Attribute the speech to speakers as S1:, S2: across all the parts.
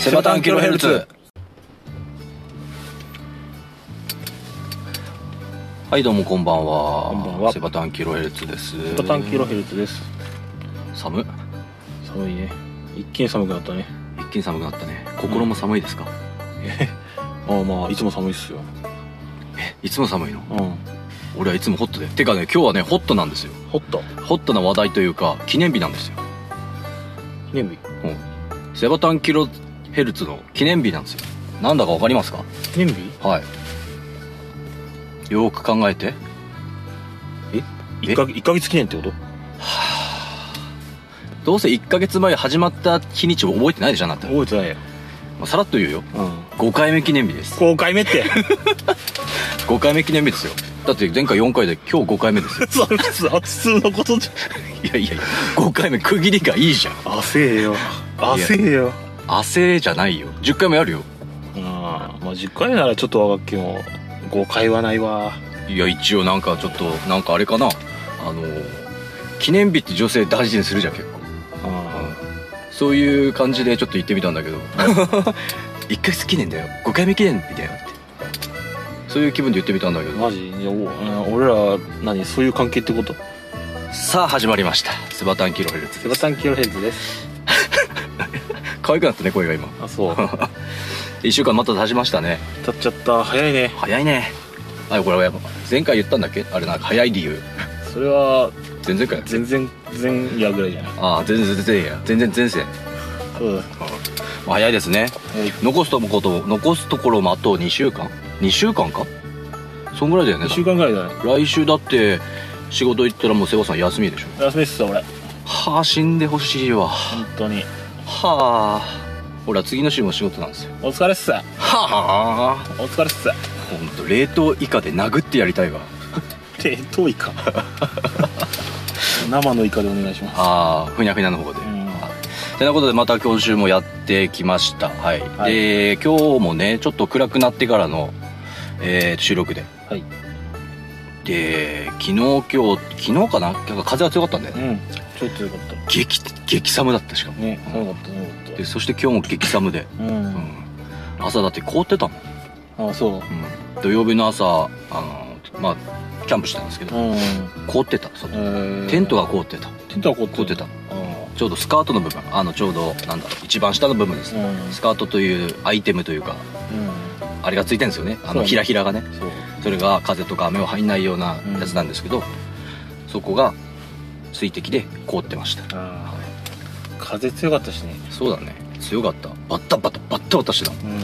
S1: セバタンキロヘルツはいどうもこんばんは
S2: こんばんは
S1: セバタンキロヘルツです
S2: セバタンキロヘルツです
S1: 寒っ
S2: 寒いね一気に寒くなったね
S1: 一気に寒くなったね心も寒いですか、
S2: ああまあいつも寒いっすよ
S1: いつも寒いの
S2: うん
S1: 俺はいつもホットでてかね今日はねホットなんですよ
S2: ホット
S1: ホットな話題というか記念日なんですよ、
S2: 記念日
S1: うん、セバタンキロヘルツの記念日なんですよなんだかわかりますか
S2: 記念日
S1: はいよーく考えてえ
S2: 一か一ヶ月記念ってこと
S1: どうせ1ヶ月前始まった日にちを覚えてないでしょあなた、ま
S2: 覚えてないや
S1: あ、さらっと言うよ
S2: うん
S1: 5回目記念日です
S2: 5回目って
S1: 5回目記念日ですよだって前回4回で今日5回目ですよ
S2: それ普通普通のことじ
S1: いやいやいや5回目区切りがいいじゃん
S2: ゃ汗えよ
S1: 汗
S2: えよ
S1: 焦れじゃないよ10回もやるよ
S2: うんまあ10回ならちょっと若きも5回はないわ
S1: いや一応なんかちょっとなんかあれかなあの記念日って女性大事にするじゃん結構
S2: あ
S1: そういう感じでちょっと言ってみたんだけど1ヶ月記念だよ5回目記念日だよってそういう気分で言ってみたんだけ
S2: あ
S1: ど
S2: マジいやおうん俺ら何そういう関係ってこと
S1: さあ始まりました「セバタンキロヘルツ」
S2: セバタンキロヘルツです
S1: 可愛くなったね声が今
S2: あそう
S1: 1週間また経ちましたね
S2: 経っちゃった早いね
S1: 早いねあこれはやっぱ前回言ったんだっけあれなんか早い理由
S2: それは
S1: 前々回
S2: 全然前夜ぐらいじゃない
S1: ああ全然全然や全然前世
S2: うん
S1: まあ早いですね残すところ残すところもあと2週間2週間かそんぐらいだよね
S2: 2週間ぐらいだね
S1: 来週だって仕事行ったらもう瀬尾さん休みでしょ
S2: 休みっすよ俺
S1: はあ死んでほしいわ
S2: 本当に
S1: はあ俺は次の週も仕事なんですよ
S2: お疲れっす
S1: はあ
S2: お疲れっす
S1: ほんと冷凍以下で殴ってやりたいわ
S2: 冷凍イカ生のイカでお願いします
S1: ああふにゃふにゃの方で、
S2: うん
S1: てなことでまた今週もやってきましたはい、
S2: はい
S1: で今日もねちょっと暗くなってからの、えー収録で
S2: はい
S1: で昨日今日昨日かななんか風が強かったんだよ
S2: う
S1: ね、
S2: んちょっとよかった
S1: 激激寒だったしかも
S2: ね寒かった寒かっ
S1: でそして今日も激寒で、
S2: たう
S1: うんん、朝だって凍ってたもん、
S2: あそう
S1: うん、土曜日の朝あのまあキャンプしてたんですけど
S2: うん
S1: 凍ってた外
S2: えー
S1: テントが凍ってた
S2: テントは凍って
S1: 凍ってた
S2: う
S1: ちょうどスカートの部分あのちょうどなんだろう一番下の部分です
S2: んうん
S1: スカートというアイテムというかあれがついてるんですよねあ
S2: そう
S1: の
S2: ね
S1: ひらひらがね
S2: そう
S1: それが風とか雨を入んないようなやつなんですけど、そこが水滴で凍ってました
S2: あー風強かったしね
S1: そうだね強かったバッタバタバッタバタしてた
S2: うん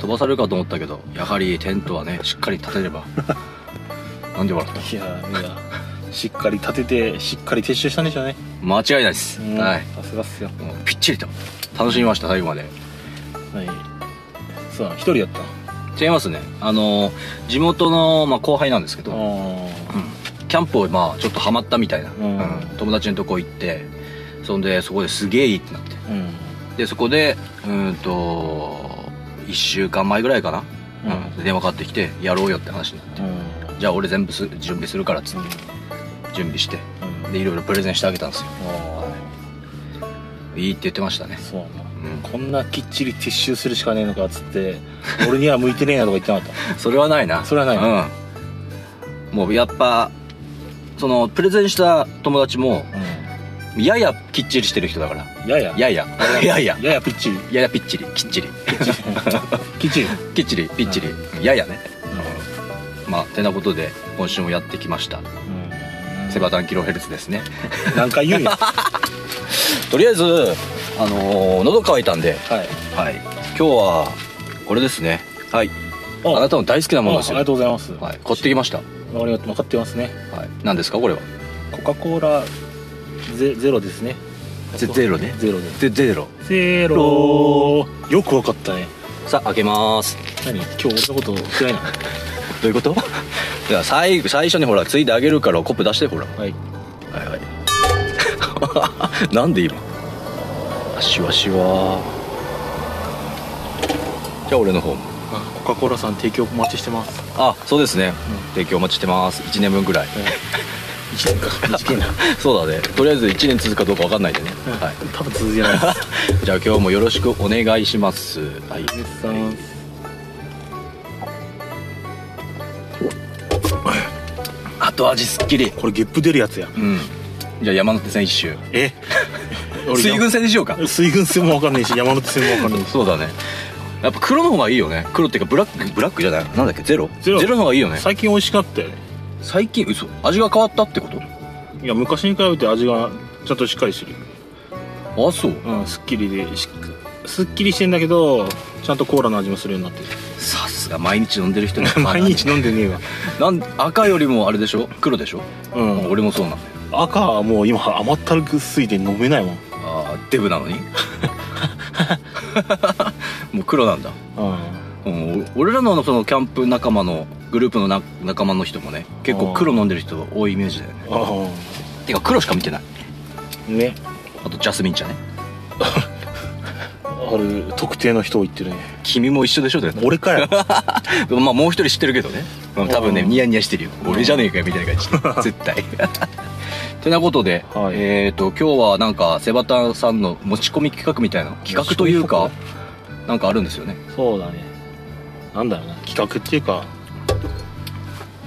S1: 飛ばされるかと思ったけどやはりテントはねしっかり立てれば なんで笑った
S2: いやいやしっかり立ててしっかり撤収したんでしょうね
S1: 間違いないです、
S2: うん
S1: はい
S2: さすがっすよ
S1: もうぴっちりと楽しみました最後まで
S2: はいそう一人やった
S1: 違いますねあの地元の、まあ、後輩なんですけど、
S2: あ
S1: キャンプをまあちょっとハマったみたいな、
S2: うん
S1: うん友達のとこ行ってそんでそこですげえいいってなって
S2: あうん
S1: でそこでうーんと1週間前ぐらいかな、うん電話かかってきてやろうよって話になって
S2: うん
S1: じゃあ俺全部す準備するからっつって準備して
S2: うん
S1: でいろいろプレゼンしてあげたんですよ
S2: あ
S1: いいって言ってましたね
S2: あそうなんだ
S1: うん
S2: こんなきっちり撤収するしかねえのかっつって俺には向いてねえなとか言ってなかっ
S1: それはないな
S2: それはない
S1: うんもうやっぱそのプレゼンした友達も
S2: たう
S1: ややきっちりしてる人だから
S2: んやや
S1: やや やや
S2: ややぴっちり
S1: ややぴっちりきっちり
S2: きっちり
S1: きっちりぴっちりややねまあてなことで今週もやってきました
S2: うん
S1: セバタンキロヘルツですね
S2: 何 回言うんやは
S1: とりあえずあのー喉乾いたんで
S2: い
S1: はい今日はこれですねはいあ
S2: あ
S1: なたの大好きなもの
S2: あ
S1: です
S2: あり
S1: よ
S2: がとうございます
S1: はい買ってきました
S2: ありがとう分かってますね
S1: はい何ですかこれは
S2: コカ・コーラゼゼロですね
S1: ゼゼロね
S2: ゼロです
S1: でゼロ
S2: ゼロよく分かったね
S1: さあ開けます
S2: 何今日俺のこと嫌いなの
S1: どういうこと では最後最初にほらついであげるからコップ出してほら
S2: はい
S1: はいはい なんで今あシュワシュワじゃあ俺の方も
S2: あコカ・コーラさん提供お待ちしてます
S1: あそうですね提供お待ちしてます1年分ぐらい
S2: 1年か短いな
S1: そうだねとりあえず1年続くかどうか分かんないんでね、はい、
S2: 多分続いてないです
S1: じゃあ今日もよろしくお願いしますはい
S2: ゆうさん
S1: 後味すっきり
S2: これゲップ出るやつや
S1: うんじゃあ山手線一周
S2: え
S1: 水軍線にしようか
S2: 水軍線もわかんないし山手線もわかんないし
S1: そうだねやっぱ黒の方がいいよね黒っていうかブラックブラックじゃないなんだっけゼロ
S2: ゼロ
S1: の方がいいよね
S2: 最近美味しかったよね
S1: 最近嘘味が変わったってこと
S2: いや昔に比べて味がちゃんとしっかりしてる
S1: あそう
S2: うんすっきりでしすっきりしてんだけどちゃんとコーラの味もするようになって
S1: さすが毎日飲んでる人ね
S2: る 毎日飲んでねえわ
S1: なん赤よりもあれでしょ黒でしょ、
S2: うん
S1: 俺もそうなんだよ
S2: 赤はもう今甘ったるくすぎて飲めないもん
S1: あーデブな のにもう黒なんだ、
S2: うん
S1: うん、お俺らのそのキャンプ仲間のグループのな仲間の人もね結構黒飲んでる人多いイメージだよね
S2: あ
S1: てか黒しか見てない
S2: あね
S1: あとジャスミン茶ね
S2: ある特定の人を言ってるね
S1: 君も一緒でしょだよね
S2: 俺かよ
S1: まあもう一人知ってるけどね、まあ、多分ね
S2: うん
S1: ニヤニヤしてるよ
S2: ん
S1: 俺じゃねえかよみたいな 感じ絶対てなことで、
S2: はい
S1: えっ、と今日はなんかセバタンさんの持ち込み企画みたいな企画というか
S2: 持ち込み
S1: なんかあるんですよね
S2: そうだねなんだろうな企画っていうか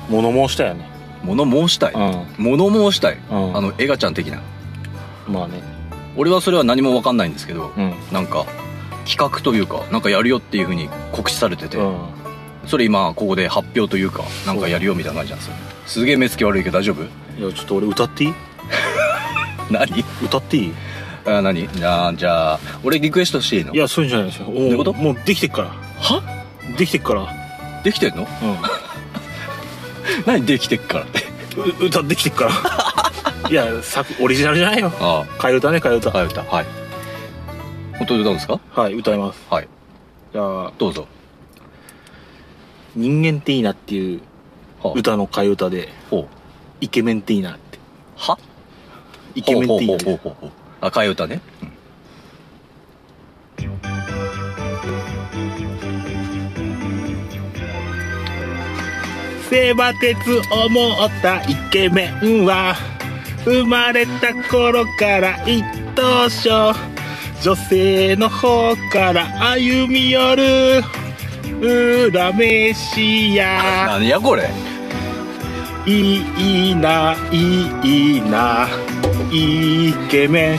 S2: 物申したよね
S1: 物申したい
S2: うん
S1: 物申したい
S2: うん
S1: あのエガちゃん的な
S2: まあね
S1: 俺はそれは何も分かんないんですけど
S2: うん
S1: なんか企画というかなんかやるよっていうふうに告知されてて、
S2: うん
S1: それ今ここで発表というかなんかやるよみたいな感じなんですよすげえ目つき悪いけど大丈夫
S2: いやちょっと俺歌っていい
S1: 何
S2: 歌っていい
S1: あ何じゃあじゃあ俺リクエストしていいの
S2: いやそういうんじゃないですよお
S1: ういうこと
S2: もうできてっから
S1: は
S2: できてっから
S1: できてんの 何できてっからって
S2: うんう歌できてっ からいや作オリジナルじゃないよ
S1: あ
S2: 替え歌ね替え歌
S1: あ
S2: はい、
S1: はい歌はい本当に歌うんですか
S2: 歌います
S1: はい
S2: じゃあ
S1: どうぞ、
S2: 「人間っていいな」っていう
S1: はあ、
S2: 歌の替え歌で
S1: ほう
S2: 「イケメンっていいな」って
S1: は
S2: 「イケメンっていいな」
S1: ほうほうほうほうほうあ替え歌ね、うん
S2: セバ鉄思ったイケメンは生まれた頃から一等賞女性の方から歩み寄る裏飯や
S1: 何やこれ
S2: いいないいなイケメ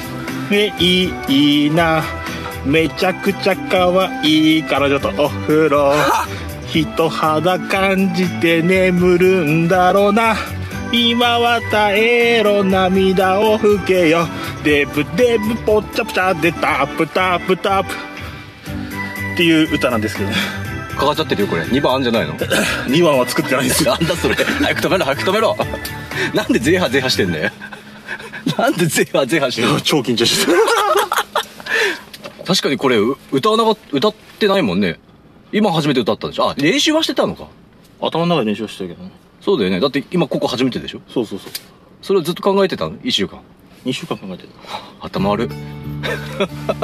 S2: ンねいいなめちゃくちゃ可愛い彼女とお風呂人肌感じて眠るんだろうな今は耐えろ涙を拭けよデブデブポッチャプチャでタップタップタップっていう歌なんですけどね
S1: かかっちゃってるよこれ2番あんじゃないの
S2: 2番は作ってないんですよ
S1: なんだそれ早く止めろ早く止めろなんでゼーハゼーハしてんだよなんでゼーハゼーハしてんの
S2: 超緊張して
S1: 確かにこれう歌わなか歌ってないもんね今初めて歌ったんでしょあ練習はしてたのか
S2: た 頭の中で練習はしてたけどね
S1: そうだよねだって今ここ初めてでしょ
S2: そうそうそう
S1: それをずっと考えてたの1週間
S2: 2週間考えてる
S1: 頭悪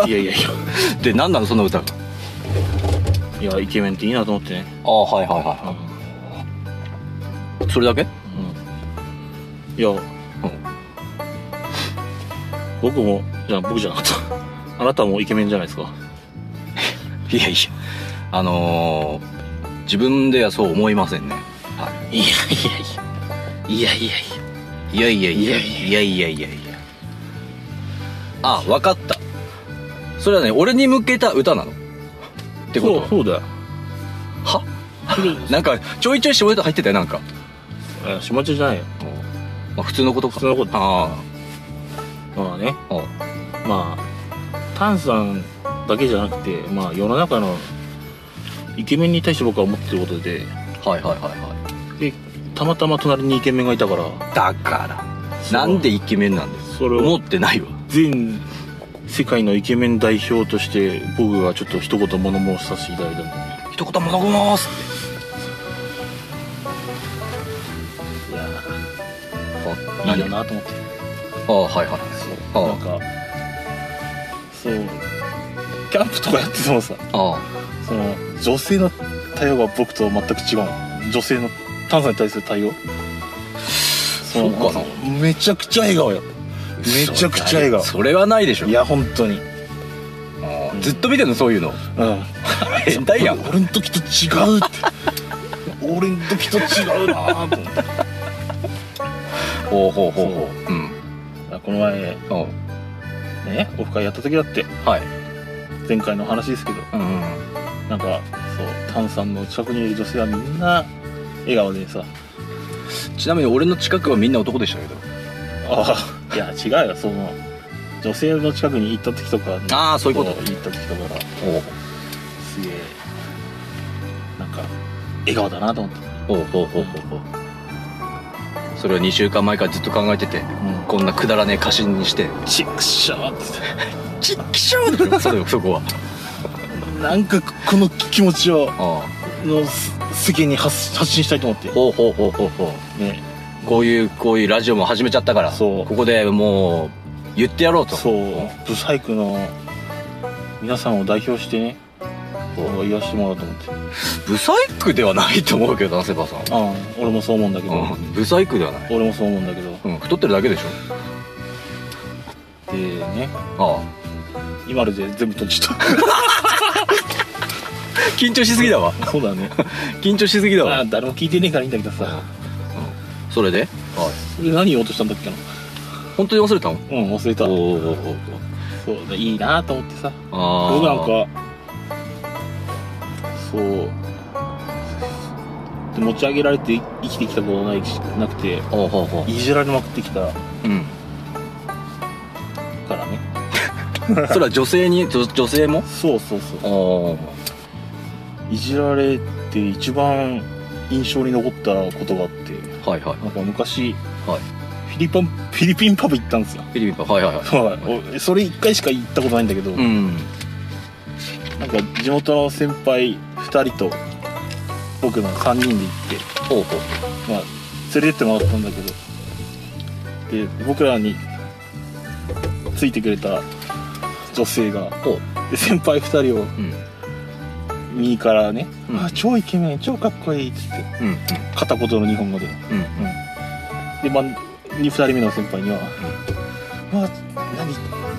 S2: いやいやい
S1: いで何なのその歌が
S2: やいやイケメンっていいなと思ってね
S1: ああはいはいは
S2: う
S1: いそれだけ
S2: んいや
S1: うん
S2: 僕もじゃあ僕じゃなかったあなたは もうイケメンじゃないですか
S1: いやいやあのー、自分ではそう思いませんね、はい
S2: やいやいやいやいや
S1: い、いやいやいやい
S2: い
S1: やいやいやいやあ分かったそれはね俺に向けた歌なのってこと
S2: そうそうだよ
S1: はなんかちょいちょい下ネタ入ってたよなんか
S2: え下地じゃないよ
S1: まあ、普通のことか
S2: 普通のこと
S1: あ
S2: まあね
S1: ああ
S2: まあ炭酸だけじゃなくてまあ世の中のイケメンに対して僕は思ってることで
S1: あはいはいはいは
S2: でたまたま隣にイケメンがいたから
S1: いだからなんでイケメンなんです
S2: それ
S1: 思
S2: を
S1: ってないわ
S2: 全世界のイケメン代表として僕がちょっと一言物申させていただいたんで
S1: 一言物ごます
S2: いや
S1: あ
S2: いい
S1: 何
S2: よなと思って
S1: ああはいはい
S2: な
S1: あ
S2: んかそうキャンプとかやっててもさ
S1: ああ
S2: その女性の対応が僕と全く違うの女性の炭酸に対する対応
S1: そうかな
S2: めちゃくちゃ笑顔よめちゃくちゃ笑顔
S1: それはないでしょ
S2: いや本当に
S1: あーずっと見てんのそういうの
S2: うん
S1: 変態やん
S2: 俺俺の時と違うって 俺の時と違うなと思って
S1: ほうほうほうほううん
S2: あこの前
S1: おう
S2: ねオフ会やった時だって
S1: はい
S2: 前回の話ですけど
S1: うんうん
S2: なんかそう炭酸の近くにいる女性はみんな笑顔でさ
S1: ちなみに俺の近くはみんな男でしたけど
S2: あ あいや違うよその女性の近くに行った時とか
S1: あーそういうこと
S2: 行った時とかが
S1: おう
S2: すげえなんか笑顔だなと思った
S1: ほうほうほうほうほうそれは2週間前からずっと考えてて
S2: うん
S1: こんなくだらねえ過信にして
S2: ちっくしょーっつっ
S1: ちっきしょうそれそこは
S2: てなんかこの気持ちを
S1: あ
S2: のす世間に発発信したいと思って
S1: あほうほうほうほうほう
S2: ね
S1: こういうこういうラジオも始めちゃったから
S2: そう
S1: ここでもう言ってやろうと
S2: そう
S1: うん
S2: ブサイクの皆さんを代表してね
S1: そう
S2: 言わせてもらおうと思って
S1: ブサイクではないと思うけどなセバさん
S2: ああ俺もそう思うんだけど、
S1: うんブサイクではない
S2: 俺もそう思うんだけど
S1: うん太ってるだけでしょ
S2: でね
S1: ああ
S2: 今ので全部閉じ た
S1: 緊張しすぎだわ
S2: そうだね
S1: 緊張しすぎだ
S2: ま
S1: わ
S2: あ誰も聞いてねえからいいんだけどさ
S1: それではい
S2: で何言おうとしたんだっけな
S1: 本当に忘れたの
S2: うん忘れた
S1: おおおお
S2: そうだいいなと思ってさ
S1: ああ
S2: 僕なんかそうで持ち上げられて生きてきたことないしなくて
S1: ほうほうほ
S2: いじられまくってきたか
S1: ううん
S2: ら ね
S1: それは女性に女女性も
S2: そうそうそう
S1: ああ
S2: いじられて一番印象に残ったことがあって
S1: はいはい
S2: なんか昔、
S1: はい
S2: フィリパンフィリピンパブ行ったんですよ
S1: フィリピンかはいはいはい
S2: はいお、それ1回しか行ったことないんだけど、
S1: うん
S2: なんか地元の先輩2人と僕の3人で行っ
S1: ほうほう
S2: て、まあ、連れてってもらったんだけどで僕らについてくれた女性が
S1: ほう
S2: で先輩2人を
S1: うん
S2: 右からね「
S1: うん
S2: あ超イケメン超かっこいい」っつって
S1: うん
S2: 片言の日本語で
S1: うん
S2: で、まあ、2, 人目の先輩には「まあ何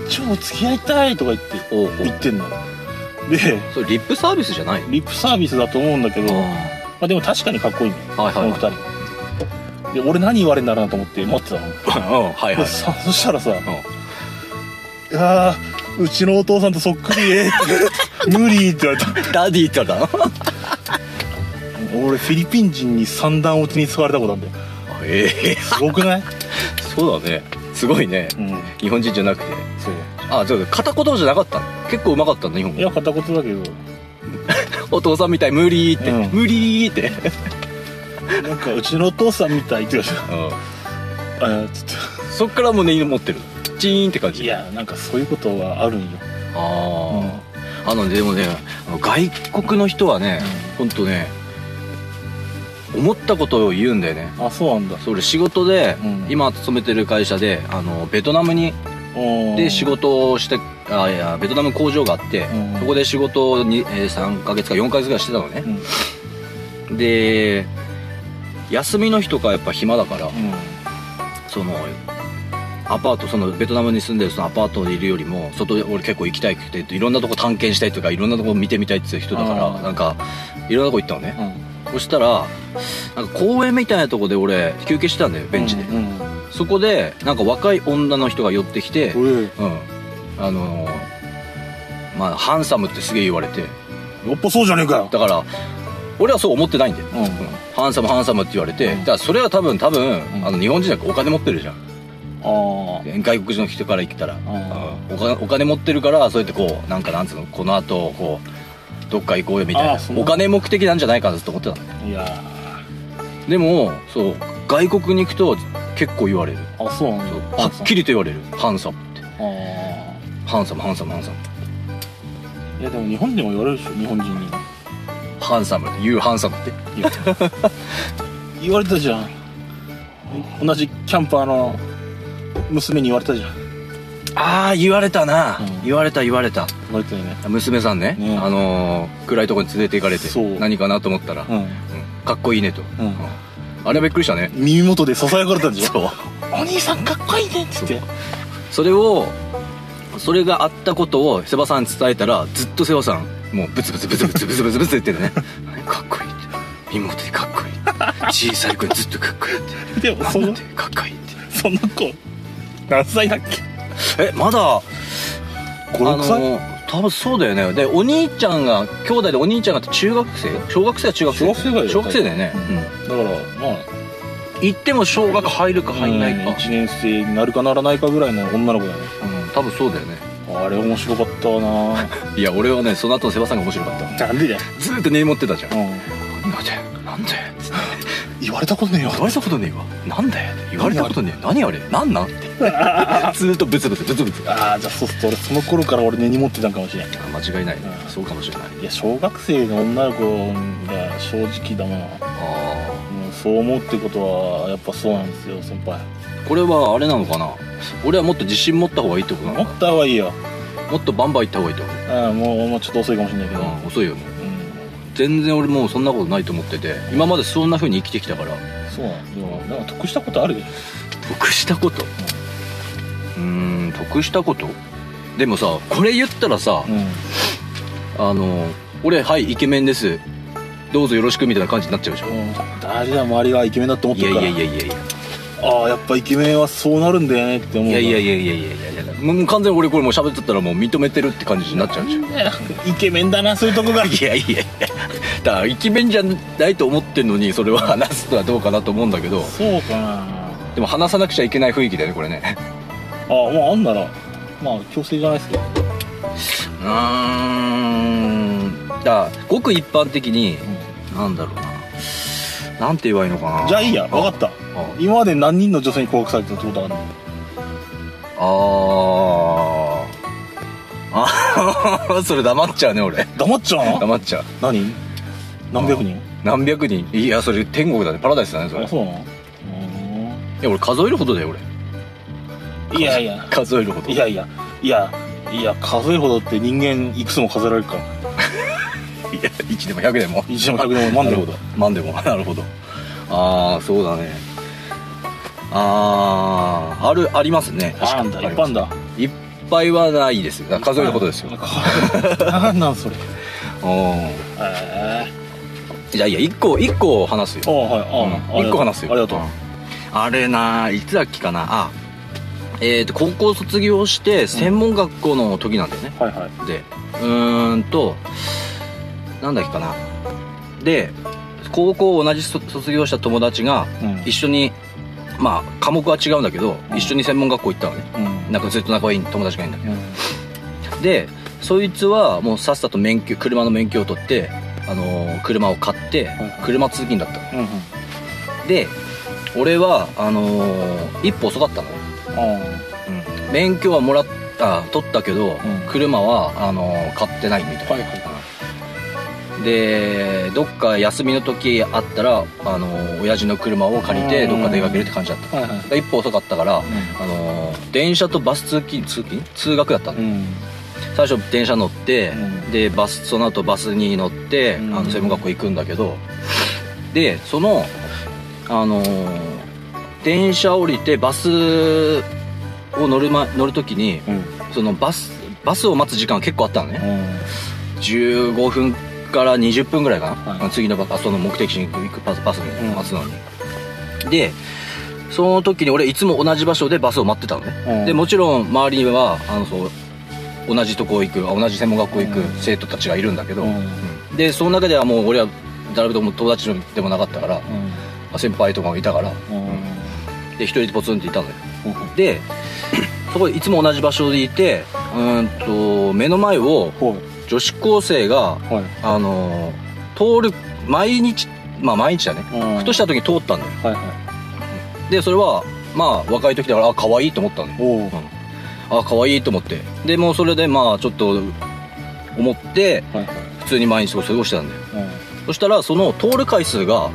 S2: 超付き合いたい」とか言って
S1: うんほうほう
S2: 言ってんので
S1: それリップサービスじゃない
S2: リップサービスだと思うんだけど、ま
S1: あ
S2: あ、でも確かにかっこいいね
S1: あはい
S2: こ
S1: はい
S2: の
S1: は
S2: 2
S1: い
S2: 人、で俺何言われんだろうなと思って待ってたの、
S1: うんはいはい
S2: でさそしたらさ「いやーうちのお父さんとそっくりえ」っ て「無理」って言われた
S1: ダディって言われたの
S2: 俺フィリピン人に三段落ちに使われたことあんだよ
S1: あええ
S2: すごくない
S1: そうだねすごいね
S2: うん
S1: 日本人じゃなくて
S2: そう
S1: あそうだ片言じゃなかったの結構うまかったの日本
S2: い
S1: 語
S2: や片言だけど
S1: お父さんみたい無理ーって、
S2: うん
S1: 無理ーって、
S2: なんかうちのお父さんみたいって言われたあーちょっ
S1: そっからもう根に持ってるチーンって感
S2: と
S1: じ
S2: いやなんかそういうことはあるんよ、
S1: ああ、あのねでもねあの外国の人はね、ほんとね思ったことを言うんだよね
S2: あそうなんだ
S1: それ仕事で、
S2: うん
S1: 今勤めてる会社であのベトナムにで仕事をしてあいやベトナム工場があって、
S2: うん
S1: そこで仕事をに、えー3ヶ月か4ヶ月ぐらいしてたのね
S2: う、んうん
S1: で休みの日とかやっぱ暇だから、そのアパートそのベトナムに住んでるそのアパートにいるよりも外で俺結構行きたいくていろんなとこ探検したいとかいろんなとこ見てみたいっていう人だか
S2: あ
S1: ら
S2: ー
S1: なんかいろんなとこ行ったのね、
S2: うん
S1: そしたらなんか公園みたいなとこで俺休憩してたんだよベンチで、
S2: うんうん
S1: そこでなんか若い女の人が寄ってきて、うん
S2: うん
S1: あのーまあハンサムってすげえ言われて
S2: やっぱそうじゃねえかよ
S1: だから俺はそう思ってないんだよ、
S2: うん
S1: ハンサムハンサムって言われて、
S2: うん
S1: だからそれは多分多分、
S2: ん
S1: あの日本人なんかお金持ってるじゃん
S2: あ
S1: 外国人の人から来たら、
S2: ん
S1: お金お金持ってるからそうやってこうなんかなんつうのこの後こうどっか行こうよみたい
S2: あーそん
S1: な
S2: な
S1: お金目的なんじゃないかなって思ってたの
S2: あいや
S1: でもそう外国に行くと結構言われる
S2: ーあそうなん
S1: そう
S2: だ
S1: はっきりと言われるハンサムって
S2: ああ
S1: ハンサムハンサムハンサム
S2: いやでも日本でも言われるでしょ日本人に
S1: ハンサムって言うハンサムって
S2: いや 言われたじゃん同じキャンパーの娘に言われたじゃん
S1: ああ言われたな、
S2: うん
S1: 言われた言われた
S2: 言われたよね
S1: 娘さんね、
S2: ね
S1: あのー暗いとこに連れて行かれて
S2: そう
S1: 何かなと思ったら、
S2: うん
S1: うんかっこいいねと、
S2: うん
S1: うんあれはびっくりしたね
S2: 耳元でささやかれたんでしょ
S1: そう
S2: お兄さんかっこいいねっつって
S1: それをそれがあったことをセバさんに伝えたらずっとセバさんもうブツブツブツブツブツブツブツ言ってるね かっこいいって妹でかっこいいって小さい子にずっとかっこいいって
S2: でもそ
S1: なん
S2: の
S1: でかっこいいって
S2: その子何歳だっけ
S1: えまだ
S2: 56歳
S1: 多分そうだよねでお兄ちゃんが兄弟でお兄ちゃんが中学生小学生は中学生
S2: 小学生ぐらいだよ
S1: 小学生だよね、
S2: だからまあ
S1: うん、行っても小学入るか入んないか、
S2: 1年生になるかならないかぐらいの女の子だね
S1: うん、多分そうだよね
S2: あれ面白かったな
S1: いや俺はねその後のセバさんが面白かった
S2: なんでだよ、
S1: ずーっと根に持ってたじゃん
S2: うん、
S1: なんでなんでつって
S2: 言われたことねえよ
S1: 言われたことねえわなんだよ言われたことねえ何あれなんなんってずーっとブツブツブツブツ
S2: ああじゃあそうすると俺その頃から俺根に持ってたんかもしれんい
S1: 間違いない
S2: うん
S1: そうかもしれない
S2: や小学生の女の子が正直だな
S1: あ
S2: もうそう思うってことはやっぱそうなんですよ先輩
S1: あこれはあれなのかな俺はもっと自信持った方がいいってことな
S2: 持
S1: の
S2: っ
S1: か
S2: た方がいいよ
S1: なもっとバンバン行った方がいいってこ
S2: ああもうもうちょっと遅いかもしれないけ
S1: と
S2: ど、
S1: うん遅いよもう
S2: う
S1: 全然俺もうそんなことないと思ってて今までそんな風に生きてきたから
S2: ん、そうなんでもなんか得したことあるでし
S1: 得したことうーん得したことでもさこれ言ったらさ
S2: ょ、うん、
S1: あの俺はいイケメンですどうぞよろしくみたいな感じになっちゃうじゃん
S2: うん、誰だよ周りがイケメンだって思っ
S1: い
S2: て
S1: や
S2: る
S1: い
S2: から
S1: やいやいやいや
S2: ああやっぱイケメンはそうなるんだよねって思う
S1: い
S2: い
S1: やいやいやいやいやいやいやもう完全に俺これもう喋っちゃったらもう認めてるって感じになっちゃうじゃんい
S2: イケメンだなそういうとこ
S1: や
S2: が
S1: いやいやだからイケメンじゃないと思ってんのにそれは話すのはどうかなと思うんだけど
S2: そうかな
S1: でも話さなくちゃいけない雰囲気だよねこれね
S2: ああまああんならまあ強制じゃないですけど
S1: うーんだからごく一般的になんだろうななんて言えばいいのかな
S2: じゃあいいや分かった
S1: あ
S2: 今まで何人の女性に告白されてたってことあるの
S1: あー あそれ黙っちゃうね俺
S2: 黙っちゃうの
S1: 黙っちゃう
S2: 何何百人
S1: 何百人いやそれ天国だねパラダイスだねそれ
S2: あ
S1: い
S2: そうなのう
S1: や俺数えるほどだよ俺
S2: ーんいやいや
S1: 数えるほど
S2: いやいやいやいや数えるほどって人間いくつも数えられるか
S1: いや1でも100でも
S2: 一でも100でも万でも
S1: 万でも なるほどああそうだねあああるありますね
S2: あんだ
S1: 確か
S2: 一
S1: に
S2: 般だ
S1: いっぱいはないですよだから数えることですよ
S2: 何なんそれ
S1: うん
S2: え
S1: じゃあいいや1個1個話すよ
S2: えあはいあ
S1: うん一個話すよ
S2: ありがとう
S1: うんあれないつだっけかなあえー、と高校卒業して専門学校の時なんだよね、
S2: はいはい
S1: でうーんとなんだっけかなで高校を同じそ卒業した友達が
S2: うん
S1: 一緒にまあ科目は違うんだけど、
S2: うん
S1: 一緒に専門学校行ったのね
S2: うん
S1: なんかずっと仲いい友達がいるんだけ
S2: う
S1: ど
S2: ん
S1: でそいつはもうさっさと免許車の免許を取って、あのー車を買って
S2: はい
S1: 車通勤だった
S2: うんうん
S1: ので俺はあのー一歩遅かったのね
S2: あ
S1: 免許はもらった取ったけど、
S2: ん
S1: 車はあの買ってないみたいな、
S2: はいはい
S1: でどっか休みの時あったらあの親父の車を借りて
S2: うん
S1: どっか出かけるって感じだった、
S2: あはいはい
S1: 一歩遅かったから、
S2: う
S1: あの電車とバス通勤通勤通学だったの、
S2: ん
S1: 最初電車乗って、
S2: うん
S1: でバスその後バスに乗って、
S2: うん
S1: あの専門学校行くんだけどでそのあの電車降りてバスを乗る,、ま、乗る時に
S2: うん
S1: そのバスバスを待つ時間結構あったのね
S2: うん
S1: 15分から20分ぐらいかな、
S2: はい
S1: あの次のバスその目的地に行くバスバスに
S2: うん
S1: 待つのに、でその時に俺いつも同じ場所でバスを待ってたのね、
S2: うん
S1: でもちろん周りにはあのそう同じとこ行くあ同じ専門学校行く
S2: うん
S1: 生徒たちがいるんだけど、
S2: うん
S1: うんでその中ではもう俺は誰とも友達でもなかったからまあ先輩とかもいたから
S2: うん
S1: で一人でポツンっていたのよでそこいつも同じ場所でいてうーんと目の前を
S2: ほ
S1: 女子高生が
S2: いはい
S1: あのー通る毎日まあ毎日だね
S2: うん
S1: ふとした時に通ったんだよ
S2: はいはい
S1: でそれはまあ若い時だからあ可愛いと思ったのよ
S2: おう
S1: あ可愛いと思ってでもうそれでまあちょっと思って
S2: はいはい
S1: 普通に毎日を過ごしてたんだよ
S2: うん
S1: そしたらその通る回数が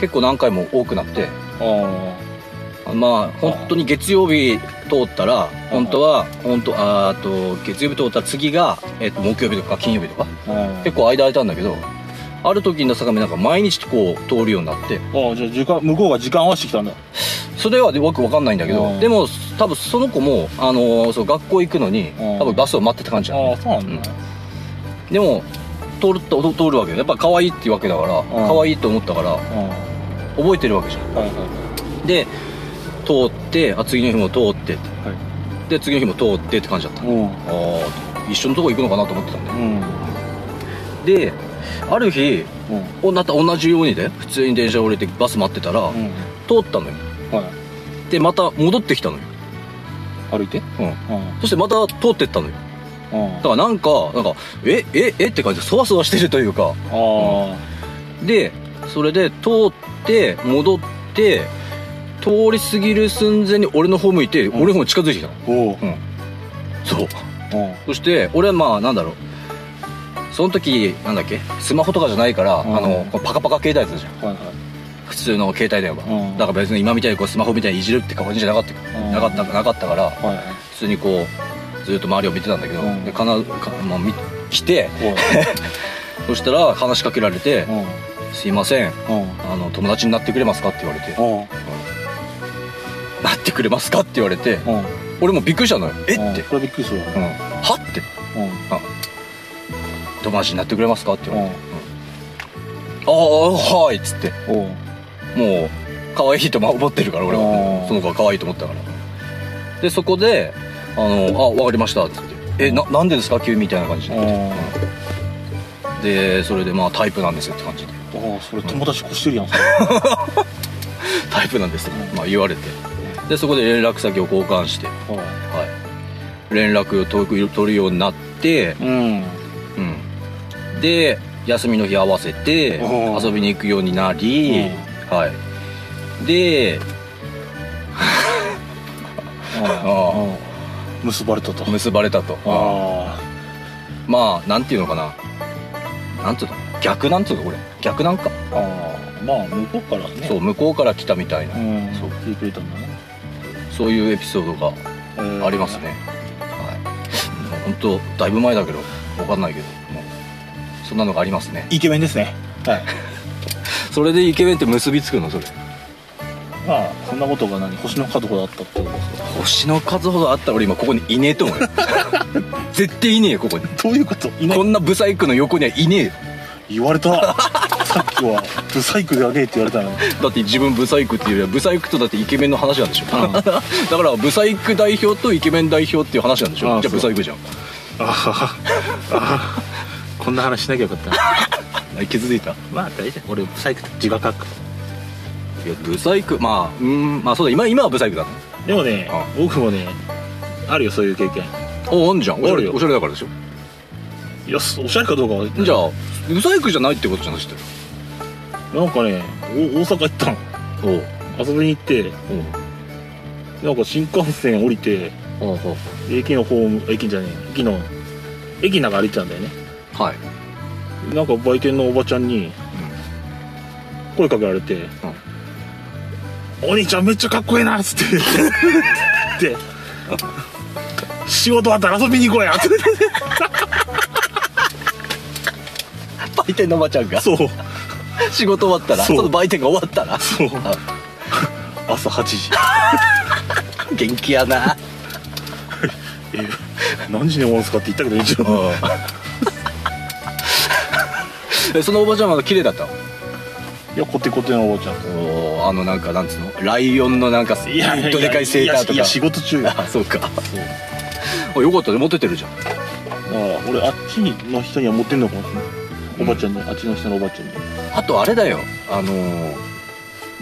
S1: 結構何回も多くなって
S2: あ
S1: まあ本当に月曜日通ったら本当は本当あーと月曜日通ったら次が、えっと木曜日とか金曜日とか
S2: あ
S1: 結構間空いたんだけどある時の坂見なんか毎日こう通るようになって
S2: ああじゃあ時間向こうが時間合わせてきたんだ
S1: それはわけわかんないんだけ
S2: う
S1: ど
S2: ん
S1: でも多分その子も、あのーそう学校行くのに
S2: うん
S1: 多分バスを待ってた感じな
S2: あ
S1: の
S2: あそうなんだね
S1: でも通ると通るわけよやっぱ可愛いっていうわけだから
S2: ん
S1: 可愛いと思ったから
S2: うんは
S1: 覚えてるわけじゃん
S2: いはいは
S1: で通ってあ次の日も通って
S2: いはい
S1: で次の日も通ってって感じだったあ
S2: うん
S1: あ一緒のとこ行くのかなと思ってたんだよ
S2: うん
S1: である日
S2: うん
S1: おなた同じようにで普通に電車降りてバス待ってたら
S2: うん
S1: 通ったのよ
S2: は
S1: でまた戻ってきたのよ、
S2: い歩いて
S1: うん、
S2: うん
S1: そしてまた通ってったのよ
S2: うん
S1: だからなんかなんかえええって感じでそわそわしてるというか
S2: ああ
S1: でそれで通って戻って通り過ぎる寸前に俺の方向いて、
S2: ん
S1: 俺の方に近づいてきたの
S2: おう
S1: そう
S2: うん
S1: そして俺はまあなんだろうその時なんだっけスマホとかじゃないから、
S2: うん
S1: あのこのパカパカ携帯やつじゃん
S2: はいはい
S1: 普通の携帯電話、
S2: うん
S1: だから別に今みたいにこうスマホみたいにいじるって感じじゃなかった、
S2: うん
S1: なかったなかったから
S2: はいはい
S1: 普通にこうずっと周りを見てたんだけど、
S2: うん
S1: でかなか、まあ、見来て
S2: お
S1: そしたら話しかけられて「
S2: う
S1: すいません
S2: うんうん
S1: あの友達になってくれますか?」って言われて
S2: うん
S1: 「なってくれますか?」って言われて
S2: うん
S1: 俺もびっくりしたのよ「えっ?」て
S2: うんこれびっくりするわ
S1: 「うん、はっ?」て
S2: うんうん
S1: 「友達になってくれますか?」って言われて「ああはい」っつって
S2: おう
S1: もう可愛いと思ってるから俺
S2: う
S1: は
S2: ん
S1: その子が可愛いと思ったからでそこで「あのあわかりました」っつって「えななんでですか急に」みたいな感じ
S2: うん
S1: ででそれでまあタイプなんですよって感じで
S2: ああそれ友達越してるやんそれ
S1: タイプなんですよまあ言われてでそこで連絡先を交換して
S2: は
S1: はい、連絡を取る取るようになって
S2: い、うん
S1: うん、で休みの日合わせて
S2: おう
S1: 遊びに行くようになり、はい、で
S2: うんうん結ばれたと
S1: 結ばれたと
S2: あ
S1: まあなんていうのかななんていうの逆なんていうのこれ逆なんか、
S2: あああまあ向こうからね
S1: そう向こうから来たみたいな、
S2: うん
S1: そう
S2: 聞いてくれたんだね
S1: そういうエピソードが
S2: えー
S1: ありますね、はい本当だいぶ前だけど分かんないけどもうそんなのがありますね
S2: イケメンですねはい
S1: それでイケメンって結びつくのそれ
S2: まあそんなことが何星の角ほどあったってことですか
S1: 星の数ほどあったら俺今ここにいねえと思 うよ絶対いねえよここに
S2: どういうこといない
S1: こんなブサイクの横にはいねえよ
S2: 言われた さっきはブサイクがねえって言われたのに
S1: だって自分ブサイクっていうよりはブサイクとだってイケメンの話なんでしょ、
S2: う ん
S1: だからブサイク代表とイケメン代表っていう話なんでしょ
S2: ああ
S1: じゃあ
S2: そう
S1: ブサイクじゃん
S2: ああこんな話しなきゃよかった
S1: あ気づいたい
S2: まあ大丈夫俺ブサイクって自我覚
S1: やブサイクまあうーんまあそうだ今今はブサイクだね
S2: でもね
S1: あ
S2: 僕もねあるよそういう経験
S1: おあんじゃんおしゃ
S2: ある
S1: れ
S2: よ
S1: おしゃれだからでしょ
S2: いやそおしゃれかどうかは
S1: じゃあブサイクじゃないってことじゃなくて
S2: なんかねお大阪行ったの
S1: おう
S2: 遊びに行ってなんか新幹線降りて
S1: おうおうおう
S2: 駅のホーム駅じゃねえ駅の駅の中歩いてたんだよね
S1: はい、
S2: なんか売店のおばちゃんに声かけられて「お兄ちゃんめっちゃかっこいいな」っつってで仕事終わったら遊びに行 こうや」って
S1: 売店のおばちゃんが
S2: そう
S1: 仕事終わったら
S2: そう
S1: その売店が終わったら
S2: そう
S1: あ
S2: 朝8時
S1: 元気やな
S2: え何時に終わるんすかって言ったけど一応
S1: えそのおばちゃんは綺麗だった
S2: いやコテコテのおばちゃんと
S1: おーあのなんかなんつうのライオンのなんかいっとでかいセーターと
S2: いや仕
S1: か
S2: 事中よ
S1: あそうかあよかったねモテてるじゃん
S2: ああ俺あっちの人には持ってんのかもしれないおばちゃんに、あっちの人のおばちゃんに
S1: あとあれだよあのー、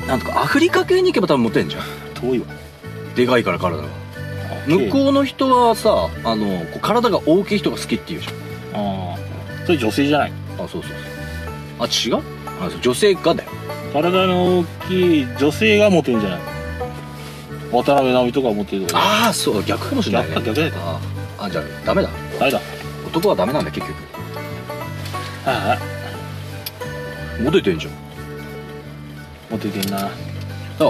S1: なんとかアフリカ系に行けば多分モテんじゃん
S2: 遠いわ
S1: でかいから体が向
S2: う
S1: こうの人はさあのこう体が大きい人が好きっていうじゃん
S2: ああそれ女性じゃない
S1: あそうそうそうあ違うあそう女性がだよ
S2: 体の大きい女性がモテるんじゃない渡辺直美とかモテるとか
S1: ああそう逆かもしれないね
S2: 逆逆だよ
S1: あーあじゃあダメだ
S2: あれだ
S1: 男はダメなんだ結局
S2: ああ
S1: モテてんじゃん
S2: モテてん な
S1: だから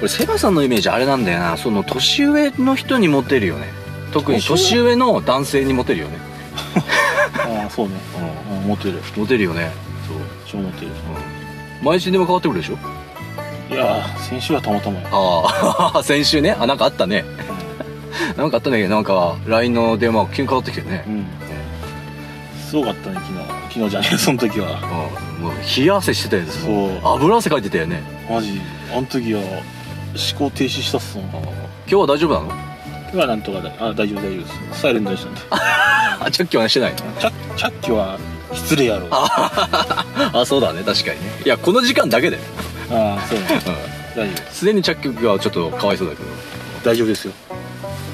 S1: 俺セバさんのイメージあれなんだよなその年上の人にモテるよね特に年
S2: 年
S1: 上の男性にモテるよね
S2: あああそうね、うん、モテる
S1: モテるよねそう、
S2: 超モテる
S1: うん、毎週電話変わってくるでしょ
S2: いやー先週はたまたまよ
S1: ああ 先週ねあなんかあったねなんかあったねなんか LINE の電話急に変わってきてね
S2: う、んすごかったね昨日昨日じゃねえその時は
S1: うん、もう冷や汗してたよね
S2: そう
S1: 油汗かいてたよね
S2: マジあの時は思考停止したっすもん今
S1: 今日は大丈夫なの
S2: 日はなんとかだあ大丈夫大丈夫ですサイレントでしたんで
S1: あチャッキはしてないの
S2: チャッチャッキは失礼やろあ
S1: あそうだね確かにねいやこの時間だけだよ
S2: あーそうね
S1: うん
S2: 大丈夫です
S1: すでに着脚がちょっとかわいそうだけ
S2: 大丈夫ですよ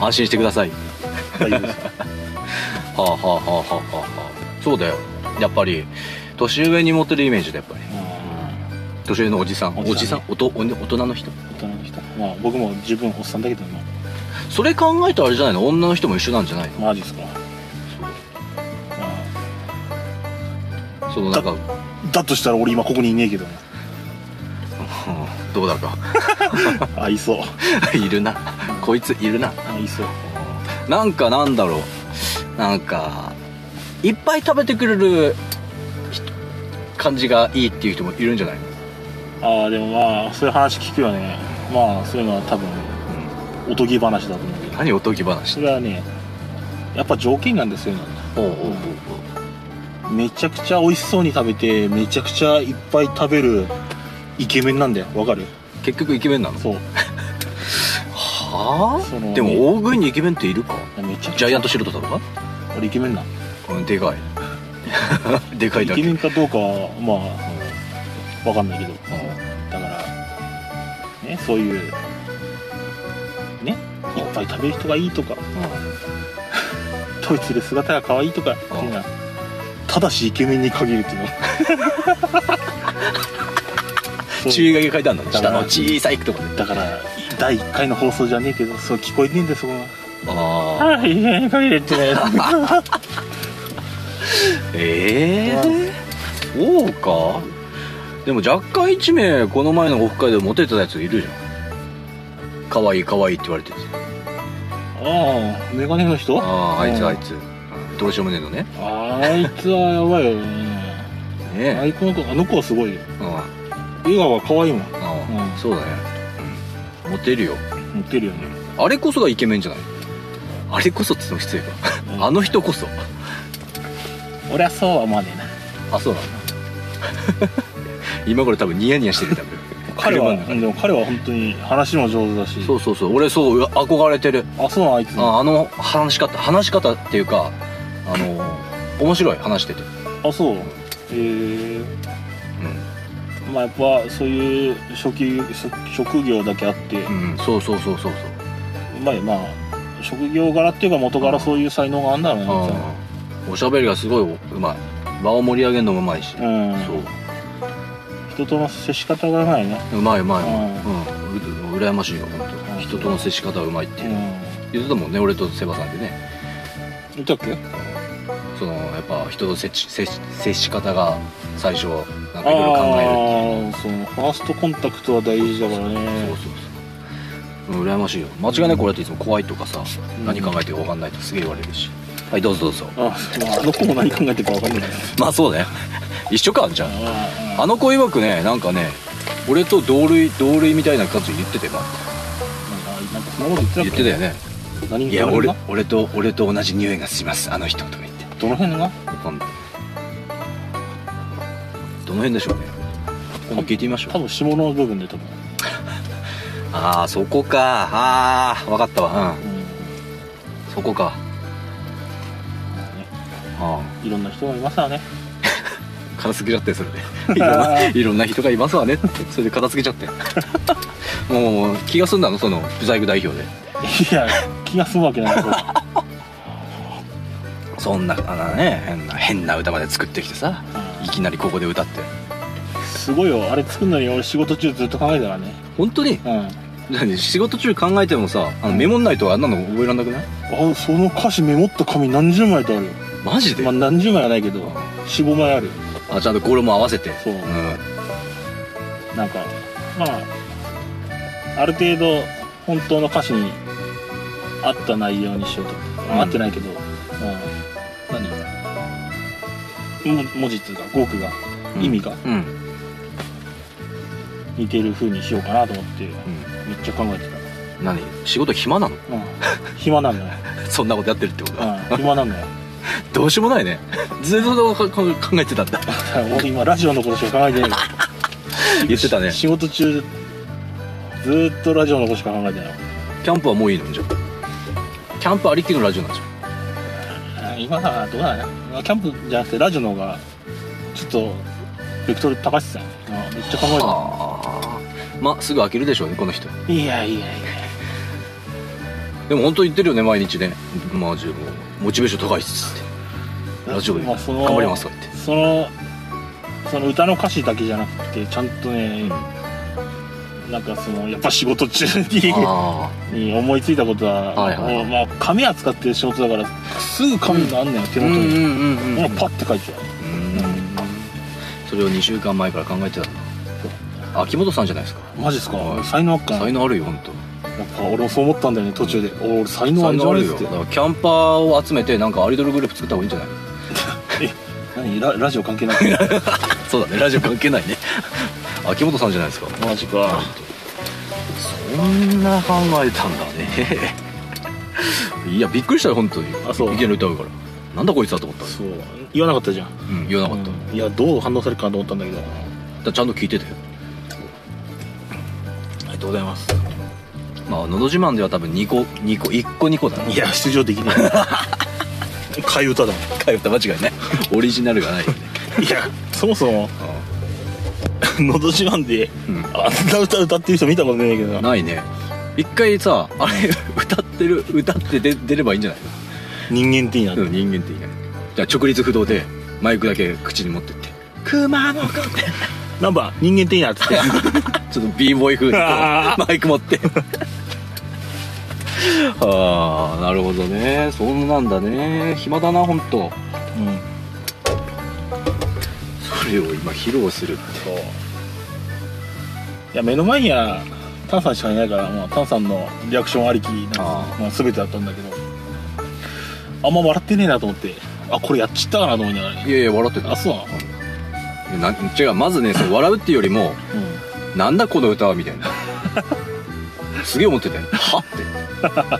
S1: ど安心してくださいは
S2: 大丈夫ですよ
S1: あはあはあはあはあはあそうだよやっぱり年上にモテるイメージだやっぱり
S2: あ
S1: 年上のおじさんお
S2: お
S1: じ
S2: じ
S1: さ
S2: さ
S1: ん
S2: ん
S1: おとおね大人の人
S2: ー大人の人まあ僕も十分おっさんだけどな
S1: それ考えたらあれじゃないの女の人も一緒なんじゃない
S2: マジっすかあ
S1: のそのなんか、う、
S2: ーだとしたら俺今ここにいねえけ どなん
S1: どうだか
S2: あいそう
S1: いるなこいついるな
S2: あいそう
S1: なんかなんだろうなんかいっぱい食べてくれる人感じがいいっていう人もいるんじゃないの、
S2: ああでもまあそういう話聞くよねまあそういうのは多分
S1: う
S2: おとぎ話だと思うけ
S1: ん、
S2: ど
S1: 何おとぎ話
S2: それはねやっぱ条件なんですよね
S1: おうおうおう
S2: めちゃくちゃ美味しそうに食べてめちゃくちゃいっぱい食べるイケメンなんだよわかる
S1: 結局イケメンなの
S2: そう
S1: は
S2: その
S1: でも大食いにイケメンっているか
S2: めちゃく
S1: ジ
S2: ち
S1: ャ
S2: ゃ
S1: イアントシルトだとか
S2: 俺イケメンな
S1: うんでかい でかい
S2: イ
S1: だけ
S2: ケ
S1: う
S2: メ
S1: ん
S2: ンかどうかはまあわかんないけどだからねそういうねいっぱい食べる人がいいとかドイツで姿が可愛いとかっていうのはただしイケメンに限るっていうの そう
S1: 注意書き書いてあるんだね
S2: だか
S1: 下の
S2: ら
S1: 小さいとこで
S2: だから第1回の放送じゃねえけどそう聞こえねえんだよそこ
S1: ああ
S2: は「ああイケメンに限る」ってね
S1: ええそうかでも若干1名この前のオフ会でモテてたやついるじゃん可愛い可愛いって言われてて
S2: ああメガネの人
S1: あああいつあい
S2: つ
S1: つどうしようもねえのね
S2: あいつはやばいよねあ
S1: ね
S2: いつの子あの子はすごいよ
S1: えうん
S2: 笑顔が可愛いもん
S1: あ
S2: う
S1: あ
S2: ん
S1: そうだねうんモテるよ
S2: 似てるよね
S1: あれこそがイケメンじゃないあれこそって言っても失礼か
S2: うん
S1: あの人こそ
S2: 俺はそうは思わねえな
S1: あそうなんだ 今頃多分ニヤニヤしてる多分
S2: 彼は
S1: 車の中
S2: でも彼は本当に話も上手だし
S1: そうそうそう俺そう憧れてる
S2: あそうなのあいつあ
S1: ああの話し方話し方っていうかあの面白い話してて
S2: そうえー、まあやっぱそういう職業職職業だけあって、
S1: うん、うん、そうそうそうそうそう
S2: まあまあ職業柄っていうか元柄そういう才能があるんだろうねあいつは
S1: うんおしゃべりがすごいうまい場を盛り上げるのもうまいし、
S2: うん
S1: そう
S2: 人との接し方がないね
S1: うまいうまいうまい、
S2: ん
S1: うんう羨ましいよ本当、
S2: うん
S1: 人との接し方がうまいっていう、言ってたもんね俺とセバさんでね
S2: 言ったっけ
S1: そのやっぱ人と接し接し接し方が最初なん
S2: あ
S1: かいろいろ考えるっていう
S2: あーそのファーストコンタクトは大事だから
S1: そう
S2: ね
S1: そうそううん羨ましいよ間違いなく俺だっていつも怖いとかさ、
S2: うん
S1: 何考えてるか分かんないとかすげえ言われるしはいどうぞどうぞ
S2: あそうまああの子も何考えてるか分かんないから
S1: まあそうだよ 一緒かじゃあ
S2: あ
S1: あの子曰くねなんかね俺と同類同類みたいな感じで言っててば
S2: なんかそんなこと言ってた
S1: 言
S2: っけ
S1: ってたよね
S2: 何
S1: いや
S2: どの辺
S1: 俺
S2: が
S1: 俺と俺と同じ匂いがしますあの人とか言って
S2: どの辺が
S1: 今度どの辺でしょうね今度聞いてみましょ
S2: 多
S1: う
S2: 分下の部分で多分、
S1: ああそこかああ分かったわう
S2: うん
S1: んそこか
S2: まあね
S1: ああ
S2: いろんな人がいますからね
S1: 片付けちゃってそれでいろんないろ んな人がいますわねってそれで片付けちゃってもう気が済んだのその不在具代表で
S2: いや気が済むわけないけどあ
S1: そんなあのね変な変な歌まで作ってきてさいきなりここで歌って
S2: ーすごいよあれ作るのに俺仕事中ずっと考えてたからね
S1: 本当に
S2: う
S1: 何仕事中考えてもさあのメモんないとあんなの覚えらんなくない
S2: んあその歌詞メモった紙何十枚とあるよ
S1: マジで、
S2: まあ何十枚はないけど45枚あるよ
S1: あちゃんと語呂も合わせて
S2: そうんなんかまあある程度本当の歌詞に合った内容にしようと、
S1: うん
S2: 合ってないけど、うん、何も文字っていうか語句が
S1: うん
S2: 意味が
S1: うん、
S2: 似てる風にしようかなと思ってめっ
S1: う
S2: ちゃ考えて
S1: ん、何仕事暇なの
S2: た、うん、暇なんだよ、
S1: そんなことやってるってことは、
S2: うん、暇なんだよ
S1: どうしようもないねずっとかか考えてたんだ
S2: 俺今ラジオのことしか考えてない
S1: 言ってたね
S2: 仕事中ずーっとラジオのことしか考えてない
S1: キャンプはもういいのじゃあキャンプありきのラジオなんじゃん
S2: あー今はどうだろうなキャンプじゃなくてラジオの方がちょっとベクトル高橋さんめっちゃ考えた
S1: ああまあすぐ飽きるでしょうねこの人
S2: いやいやいや
S1: でも本当言ってるよね毎日ねマジもうモチベーション高いっすってラジオで
S2: ま
S1: 頑
S2: あその
S1: 張りますとか言って
S2: そのその歌の歌詞だけじゃなくてちゃんとね、なんかそのやっぱ仕事中に
S1: あ
S2: に思いついたことは、
S1: はいはい
S2: もうまあ、紙扱ってる仕事だからすぐ紙があんのよ、手
S1: あ
S2: 元に、
S1: ん
S2: もうパッて書いちゃう
S1: うんそれを2週間前から考えてたんだ秋元さんじゃないですか
S2: マジっすか、
S1: はい
S2: 才能あっか
S1: 才
S2: なやっ
S1: 能あるよ本当。
S2: ぱ俺もそう思ったんだよね途中で、俺才能あるんじゃないっつって
S1: だからキャンパーを集めてなんかアイドルグループ作った方がいいんじゃない
S2: 何ララジオ関係なく
S1: そうだねラジオ関係ないね 秋元さんじゃないですか
S2: マジか
S1: そんな考えたんだね いやびっくりしたよ本当に
S2: あそう
S1: 意見の歌うからなんだこいつだと思ったの
S2: そう言わなかったじゃん
S1: うん言わなかった、
S2: うんいやどう反応されるかなと思ったんだけど
S1: だからちゃんと聞いてたよ
S2: ありがとうございます
S1: まあ「のど自慢」では多分2個2個1個2個だない
S2: や出場で きない替え歌だもん
S1: 回歌間違いない オリジナルがないよね
S2: いやそもそも「のど自慢」で
S1: うん
S2: あんな歌歌ってる人見たことないけど
S1: ないね一回さあれ歌ってる歌って出出ればいいんじゃない
S2: 人間っていいなって
S1: うん人間っていいねじゃあ直立不動でマイクだけ口に持ってって「熊の子」って
S2: ナンバー人間っていいなっつって
S1: ちょっと b ボーイ風にこう
S2: あ
S1: マイク持って ああなるほどねそんなんだね暇だな本当
S2: うん
S1: それを今披露するって
S2: そういや目の前にはタンさんしかいないから、まあ、タンさんのリアクションありきなんです
S1: あ
S2: まあ、全てだったんだけどあんま笑ってねえなと思ってあこれやっちったかなと思いながらね
S1: いやいや笑ってた
S2: あそうなの
S1: な違うまずねその笑うっていうよりも「
S2: う
S1: なんだこの歌は」みたいなすげえ思ってたよ「は?」って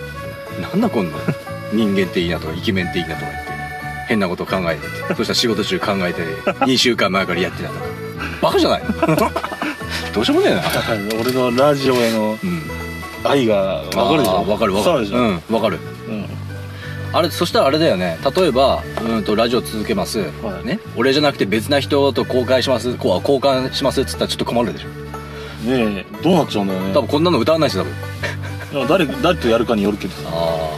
S1: 「なんだこんな人間っていいな」とか「イケメンっていいな」とか言って変なことを考えてそしたら仕事中考えて2週間前からやってたとかバカじゃないどうしようもねえな、
S2: ん俺のラジオへの
S1: うん、
S2: 愛が分かるでし
S1: あ
S2: ょ
S1: ーわかるわか
S2: そう
S1: る
S2: でしょ、
S1: うんわかる
S2: うん
S1: あれそしたらあれだよね例えばうんとラジオ続けます、
S2: はい
S1: ね、俺じゃなくて別な人と交換しますこう交換しますっつったらちょっと困るでしょ
S2: ねえどうなっちゃうんだよね
S1: 多分こんなの歌わないし多分
S2: でも誰誰とやるかによるけどさ
S1: ああ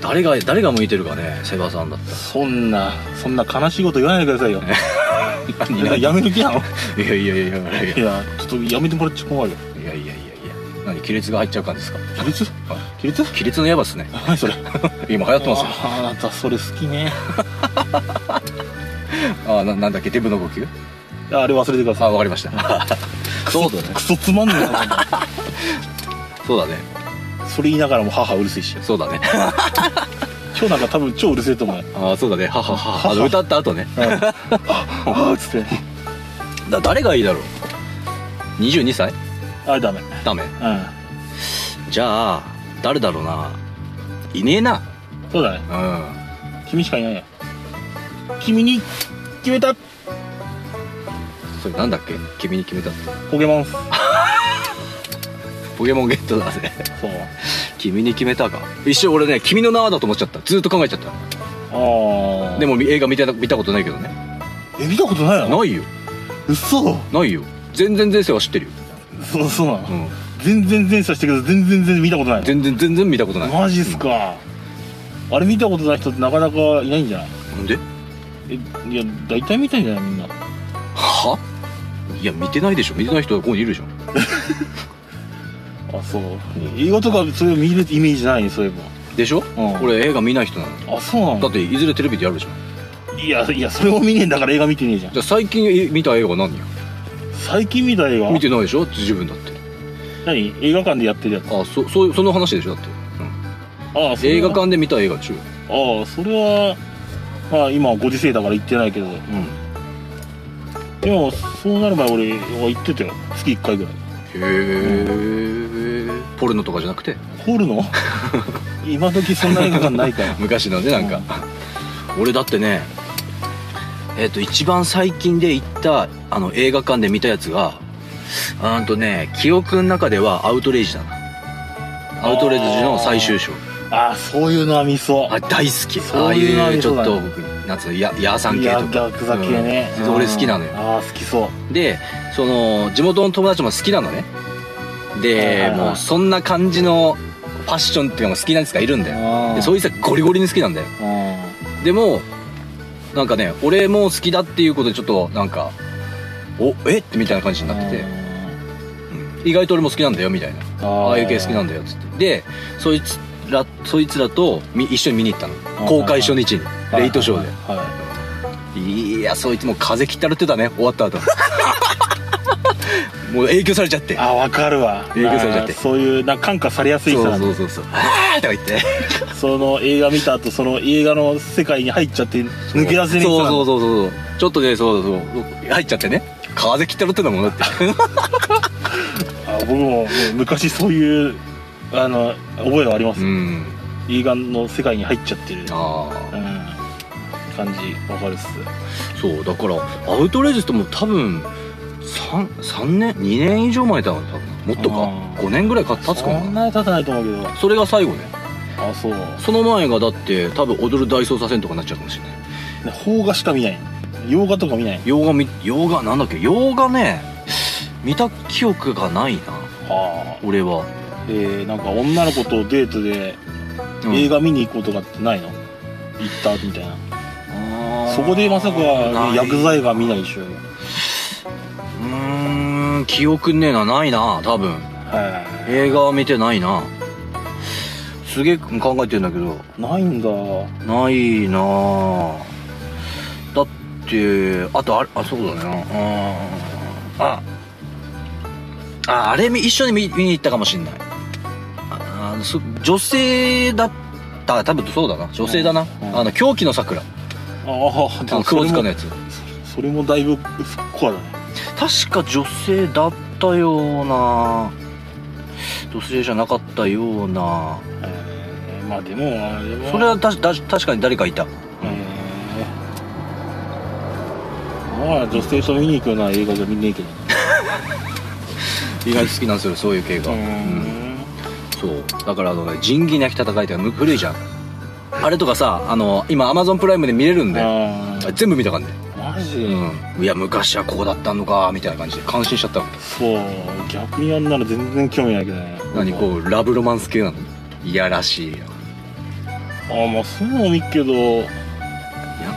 S1: 誰が誰が向いてるかねセバさんだった
S2: そんなそんな悲しいこと言わないでくださいよ
S1: ら
S2: いややめる気なの
S1: いやいやいやいやいやいや
S2: いやちょっとやめてもらっちゃ困るよ
S1: いやいやいや何亀裂が入っちゃう感じですか
S2: 亀裂亀裂
S1: 亀裂の刃っすね
S2: 何それ
S1: 今流行ってますよ
S2: あーあなたそれ好きね
S1: ああななんだっけデブの呼吸
S2: ああれ忘れてくだ
S1: あ
S2: さ
S1: あわかりました
S2: い
S1: そうだね
S2: クソつまんねえな
S1: そうだね
S2: それ言いながらも母うるせえし
S1: そう だね
S2: 今日なんか多分超うるせえ と思うよ
S1: ああそうだねははは あの歌った後ね
S2: うんああっつって
S1: だ誰がいいだろう22歳
S2: あれダメう
S1: ダメ
S2: ん
S1: じゃあ誰だろうないねえな
S2: そうだね
S1: うん
S2: 君しかいないよ君に決めた
S1: それなんだっけ君に決めたって
S2: ポケモン
S1: ポケモンゲットだぜ
S2: そう
S1: 君に決めたか一瞬俺ね君の名はだと思っちゃったずーっと考えちゃった
S2: ああ
S1: でも映画見てた見たことないけどね
S2: え見たことないの
S1: ないよ
S2: 嘘
S1: ないよ全然前世は知ってるよ、
S2: そうそうなの、
S1: うん、
S2: 全然前世してるけど全然全然見たことない
S1: 全然全然見たことない
S2: マジっすか、あれ見たことない人ってなかなかいないんじゃない
S1: うんなんで
S2: えいや大体見たんじゃないみんな
S1: はいや見てないでしょ見てない人がここにいるでしょ
S2: あそう映画とかそれを見るイメージないねそういえ
S1: でしょ、
S2: うん
S1: 俺映画見ない人なの
S2: ばあそうな
S1: だっ
S2: の
S1: ていずれテレビでやるでしょ
S2: いやいやそれも見ねえんだから映画見てねえじゃん
S1: じゃあ最近え見た映画何よ
S2: 最近見た映画
S1: 見てないでしょ自分だって
S2: 何映画館でやってるやつ
S1: あそそうその話でしょだって、うん
S2: ああそれ
S1: 映
S2: は
S1: 画館で見た映画でしょ
S2: ああそれはまあ今はご時世だから行ってないけど
S1: うん
S2: でもそうなる前俺は行ってたよ月1回ぐらい
S1: へえポルノとかじゃなくて
S2: 掘るの今時そんな映画館ないから
S1: 昔のねなんか、俺だってねえっ、と一番最近で行ったあの映画館で見たやつがうーんとね記憶の中ではアウトレイジだなアウトレイジの最終章
S2: ああそういうのは見そう
S1: あ大好きあ
S2: そ
S1: あ
S2: ういうの
S1: いうちょっと
S2: そう
S1: 僕なんつうのヤヤーさん
S2: い
S1: 系
S2: や
S1: とか
S2: ダークザ系ね、
S1: うん俺好きなのよ
S2: ああ好きそう
S1: でその地元の友達も好きなのね
S2: はいはい
S1: で
S2: はい
S1: もうそんな感じのファッションっていうのが好きなやつがいるんだよ
S2: あ
S1: でそう
S2: い
S1: いう人はゴリゴリに好きなんだよでもなんかね俺も好きだっていうことでちょっとなんかおえってみたいな感じになってて、うん意外と俺も好きなんだよみたいな
S2: あ
S1: ああいう系好きなん
S2: だ
S1: だよっつってでそいつらそいつらとみ一緒に見に行ったの公開初日にレイトショーで
S2: はいはい
S1: やそいつもう風切ったるってたね終わった 後もう影響されちゃって
S2: い、あ分かるわ
S1: 影響されちゃって
S2: あーそういうなんか感化されやすい人
S1: そ
S2: なん
S1: う
S2: だ
S1: そうそうそうああとか言って
S2: その映画見た後その映画の世界に入っちゃって抜け出せねえ
S1: そうそう
S2: う
S1: そうそうそうちょっとねそうそう入っちゃってね風切ったるってたもんだ って
S2: あ僕ももう昔そういうあの覚えはあります、
S1: うん
S2: 映画の世界に入っちゃってる、うん、
S1: ああ
S2: 感じ分かるっす
S1: そうだからアウトレイジストも多分 3, 3年2年以上前だよ多分もっと
S2: あ
S1: か
S2: ー
S1: 5年ぐらいか経つか
S2: そ
S1: も
S2: ん
S1: な
S2: なに経たないと思うけど
S1: それが最後ね
S2: あそう
S1: その前がだって多分踊る大捜査線とかになっちゃうかもしれない
S2: ね邦画しか見ない洋画とか見ない
S1: 洋画み洋画なんだっけ洋画ね見た記憶がないな
S2: はあ
S1: 俺は、
S2: えー、なんか女の子とデートで
S1: うん
S2: 映画見に行こうとかってないの、行ったみたいな
S1: あー
S2: そこでまさか
S1: ない
S2: 薬剤が見ないでしょ
S1: うーん記憶ねえなないな多分
S2: はい、
S1: 映画は見てないなすげえ考えてんだけど
S2: ないんだ
S1: ないなあだってあとあれあそうだねああああれみ一緒に見見に行ったかもしんないああそ女性だった多分そうだな女性だな、
S2: うん
S1: あの狂気の桜
S2: あ
S1: あ
S2: あ
S1: の
S2: そ
S1: 窪
S2: れ
S1: 塚の
S2: も
S1: やつ
S2: それもだいぶコアだね
S1: 確か女性だったような女性じゃなかったような
S2: えーまあでもあれは
S1: それはたしだし確かに誰かいた
S2: えーまあ女性と見に行くような映画じゃ見ねえけど
S1: 意外と好きなんですよそういう系がうんそうだからあのね仁義なき戦いってむ古いじゃんあれとかさあの今アマゾンプライムで見れるんだよ
S2: あー
S1: 全部見たからね
S2: マジ、
S1: うんいや昔はこうだったのかみたいな感じで感心しちゃったわけ
S2: そう逆にあんなの全然興味ないけどね
S1: 何こうラブロマンス系なのいやらしいよ
S2: あまあそういうのもいいけど
S1: いや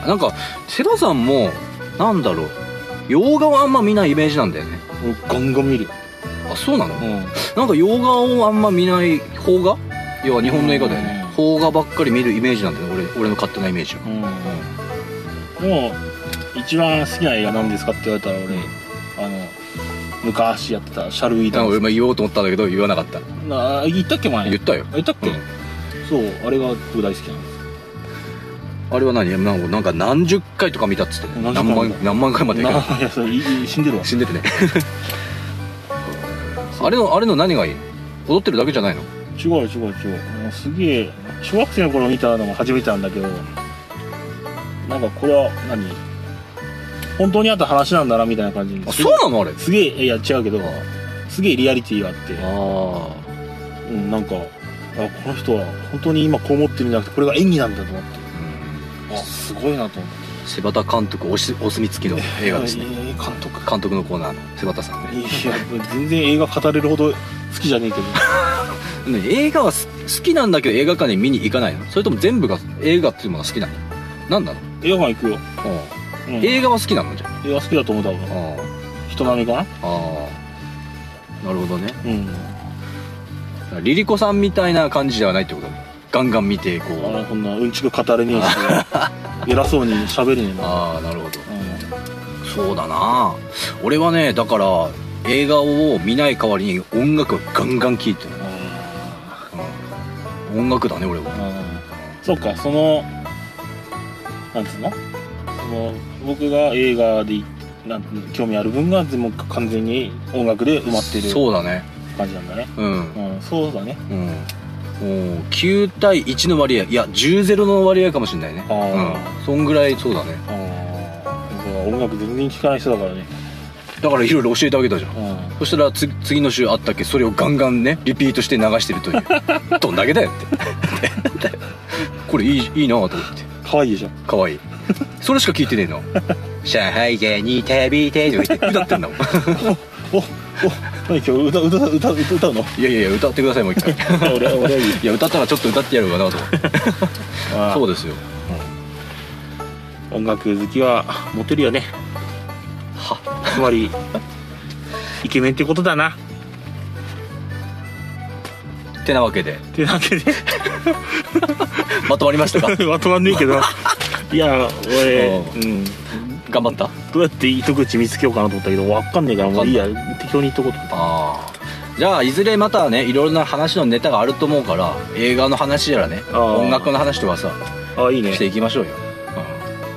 S1: なんかセバさんもなんだろう洋画はあんま見ないイメージなんだよね
S2: 俺ガンガン見るよ
S1: あそうなの
S2: うん
S1: なんか洋画をあんま見ない邦画要は日本の映画だよね邦画ばっかり見るイメージなんだよね俺俺の勝手なイメージは
S2: うんでも一番好きな映画何ですかって言われたら俺あの昔やってた「シャルウィー
S1: なん
S2: ダ
S1: か
S2: ン
S1: 俺
S2: ス
S1: も言おうと思ったんだけど言わなかった」
S2: な言ったっけ前
S1: 言ったよ
S2: あ言ったっけ、
S1: うん
S2: そうあれが僕大好きなの
S1: あれは何なんかなんか何十回とか見たっつってね
S2: 何十
S1: 何
S2: 回
S1: 万何万回まで
S2: な いやそれいい死んでるわ
S1: 死んでてねあれのあれの何がいい踊ってるだけじゃないの
S2: 違う違う違うもうすげえ小学生の頃見たのが初めてなんだけどなんかこれは何本当にあった話なんだなみたいな感じに
S1: あそうなのあれ
S2: すげえいや違うけどすげえリアリティがあって
S1: あ
S2: うん、なんかあこの人は本当に今こう思ってるんじゃなくてこれが演技なんだと思って
S1: あ
S2: あすごいなと思って
S1: 柴田監督おしお墨付きの映画ですね
S2: いやいや監督
S1: 監督のコーナーの柴田さんね
S2: いや全然映画語れるほど好きじゃねえけど
S1: ね映画はす好きなんだけど映画館に見に行かないのそれとも全部が映画っていうものが好きなの何なの
S2: 映画館行くよ、
S1: あ
S2: うん
S1: あ映画は好きなのじゃあ
S2: 映画好きだと思う多
S1: あ
S2: 分人並みかな
S1: あああなるほどね
S2: うん
S1: リリコさんみたいな感じではないってことガンガン見てこ
S2: あ
S1: う
S2: のこんなうんちく語れねえし偉そうに喋れねえな
S1: ああなるほど
S2: う
S1: そ
S2: ん
S1: うだな俺はねだから映画を見ない代わりに音楽をガンガン聴いてる、
S2: あ
S1: うん音楽だね俺は
S2: ーあーそっかそのなんつうのその僕が映画でなん興味ある分が全部完全に音楽で埋まってる
S1: そうだね
S2: 感じなんだね
S1: うん
S2: うんそうだね
S1: うんもう9対1の割合いや10ゼロの割合かもしれないね
S2: あ
S1: うんそんぐらいそうだね
S2: ああ僕は音楽全然聴かない人だからね
S1: だからいろいろ教えてあげたじゃん
S2: うん
S1: そしたらつ次の週あったっけそれをガンガンねリピートして流してるという どんだけだよって これいいいいなと思って
S2: 可愛いじゃん
S1: かわいいそれしか聞いてねえ の「上海でに旅で」とか言って歌ってんだも ん
S2: おお何今日歌歌歌歌歌う の
S1: いやいやいや歌ってくださいもう 一回
S2: 俺俺はいい
S1: いや歌ったらちょっと歌ってやろうかなと思って
S2: あ
S1: そうですよ
S2: あ音楽好きはモテるよね
S1: は
S2: つま りイケメンってことだな
S1: てなわけで
S2: ってわ けで
S1: まとまりましたか
S2: まとまんねえけどいや俺
S1: おう
S2: うん
S1: 頑張った
S2: どうやって糸口見つけようかなと思ったけどわかんねえからもういいや適当に言っとこうと
S1: ああじゃあいずれまたねいろいろな話のネタがあると思うから映画の話やらね
S2: あー
S1: 音楽の話とかさ
S2: あいいね
S1: していきましょうよ、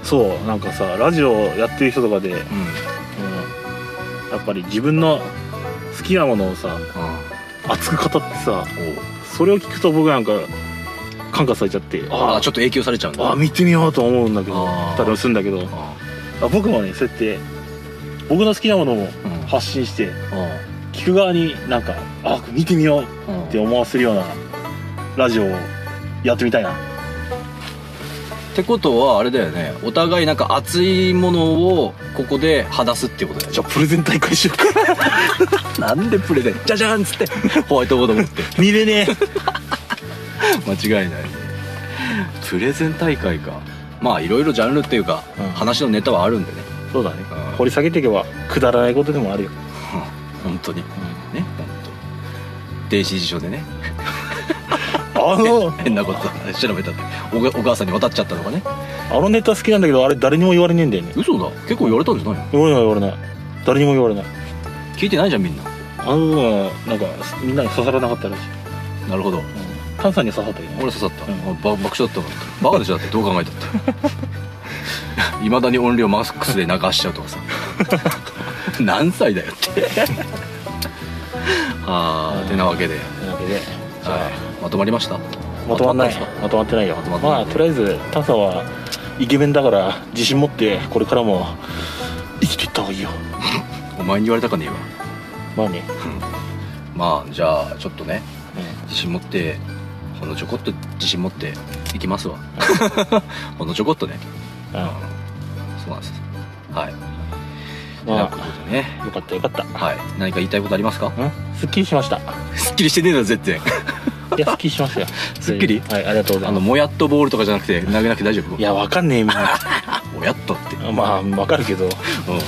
S2: そうなんかさラジオやってる人とかで、うん、
S1: うんうん
S2: やっぱり自分の好きなものをさ
S1: うん
S2: 熱く語ってさそれを聞くと僕なんか感化されちゃって
S1: ああ
S2: あ
S1: ちょっと影響されちゃうんだ
S2: あ見てみようと思うんだけど
S1: あー
S2: たりもするんだけど
S1: あ
S2: あ僕もねそうやって僕の好きなものを
S1: ーうん
S2: 発信して聞く側になんかあ見てみよう
S1: うん
S2: って思わせるようなラジオをやってみたいな
S1: ってことはあれだよねお互いなんか熱いものをここで話すってことだよね
S2: じゃあプレゼン大会しようか
S1: なんでプレゼンじゃじゃんっつって ホワイトボード持って
S2: 見 れね
S1: 間違いないプレゼン大会かまあいろいろジャンルっていうか、
S2: うん
S1: 話のネタはあるんでね
S2: えそうだね
S1: うん
S2: 掘り下げていけばくだらないことでもあるよ、
S1: 本当にね本当電子辞書でね
S2: あの
S1: 変なこと調べたっておがお母さんに渡っちゃったのがね
S2: あのネタ好きなんだけどあれ誰にも言われねえんだよね
S1: 嘘だ結構言われたんじゃないの
S2: 言われない言われない誰にも言われない
S1: 聞いてないじゃんみんな
S2: あの部分はなんかみんなに刺さらなかったらしい、
S1: なるほど
S2: うん、炭酸に刺さったけどね
S1: 俺刺さった、
S2: うん
S1: ば爆笑だったのバカでしょだって どう考えたっていまだに音量マックスで流しちゃうとかさ 何歳だよって ああてなわけで、
S2: というわけでじゃあ、
S1: はい、まとまりました
S2: まとまんない
S1: まとまったんですか
S2: まとまってないよ
S1: まとまってない
S2: あとりあえず炭酸はイケメンだから自信持ってこれからも生きていった方がいいよ
S1: お前に言われたかねえわ
S2: まあね、
S1: まあじゃあちょっとね
S2: うん
S1: 自信持ってほんのちょこっと自信持っていき ますわほんのちょこっとね
S2: あ
S1: そうなんですはい
S2: まあ
S1: ということでね
S2: よかったよかった
S1: はい何か言いたいことありますか
S2: うんすっきりしました い
S1: すっきりしてねえだ絶対
S2: やすっきりしましたよ
S1: すっきり
S2: はいありがとうござ
S1: あ
S2: いま
S1: の
S2: す
S1: もやっとボールとかじゃなくて投げなくて大丈夫
S2: いやわかんねえみんな
S1: もやっとって
S2: まあわかるけど、うん、
S1: うん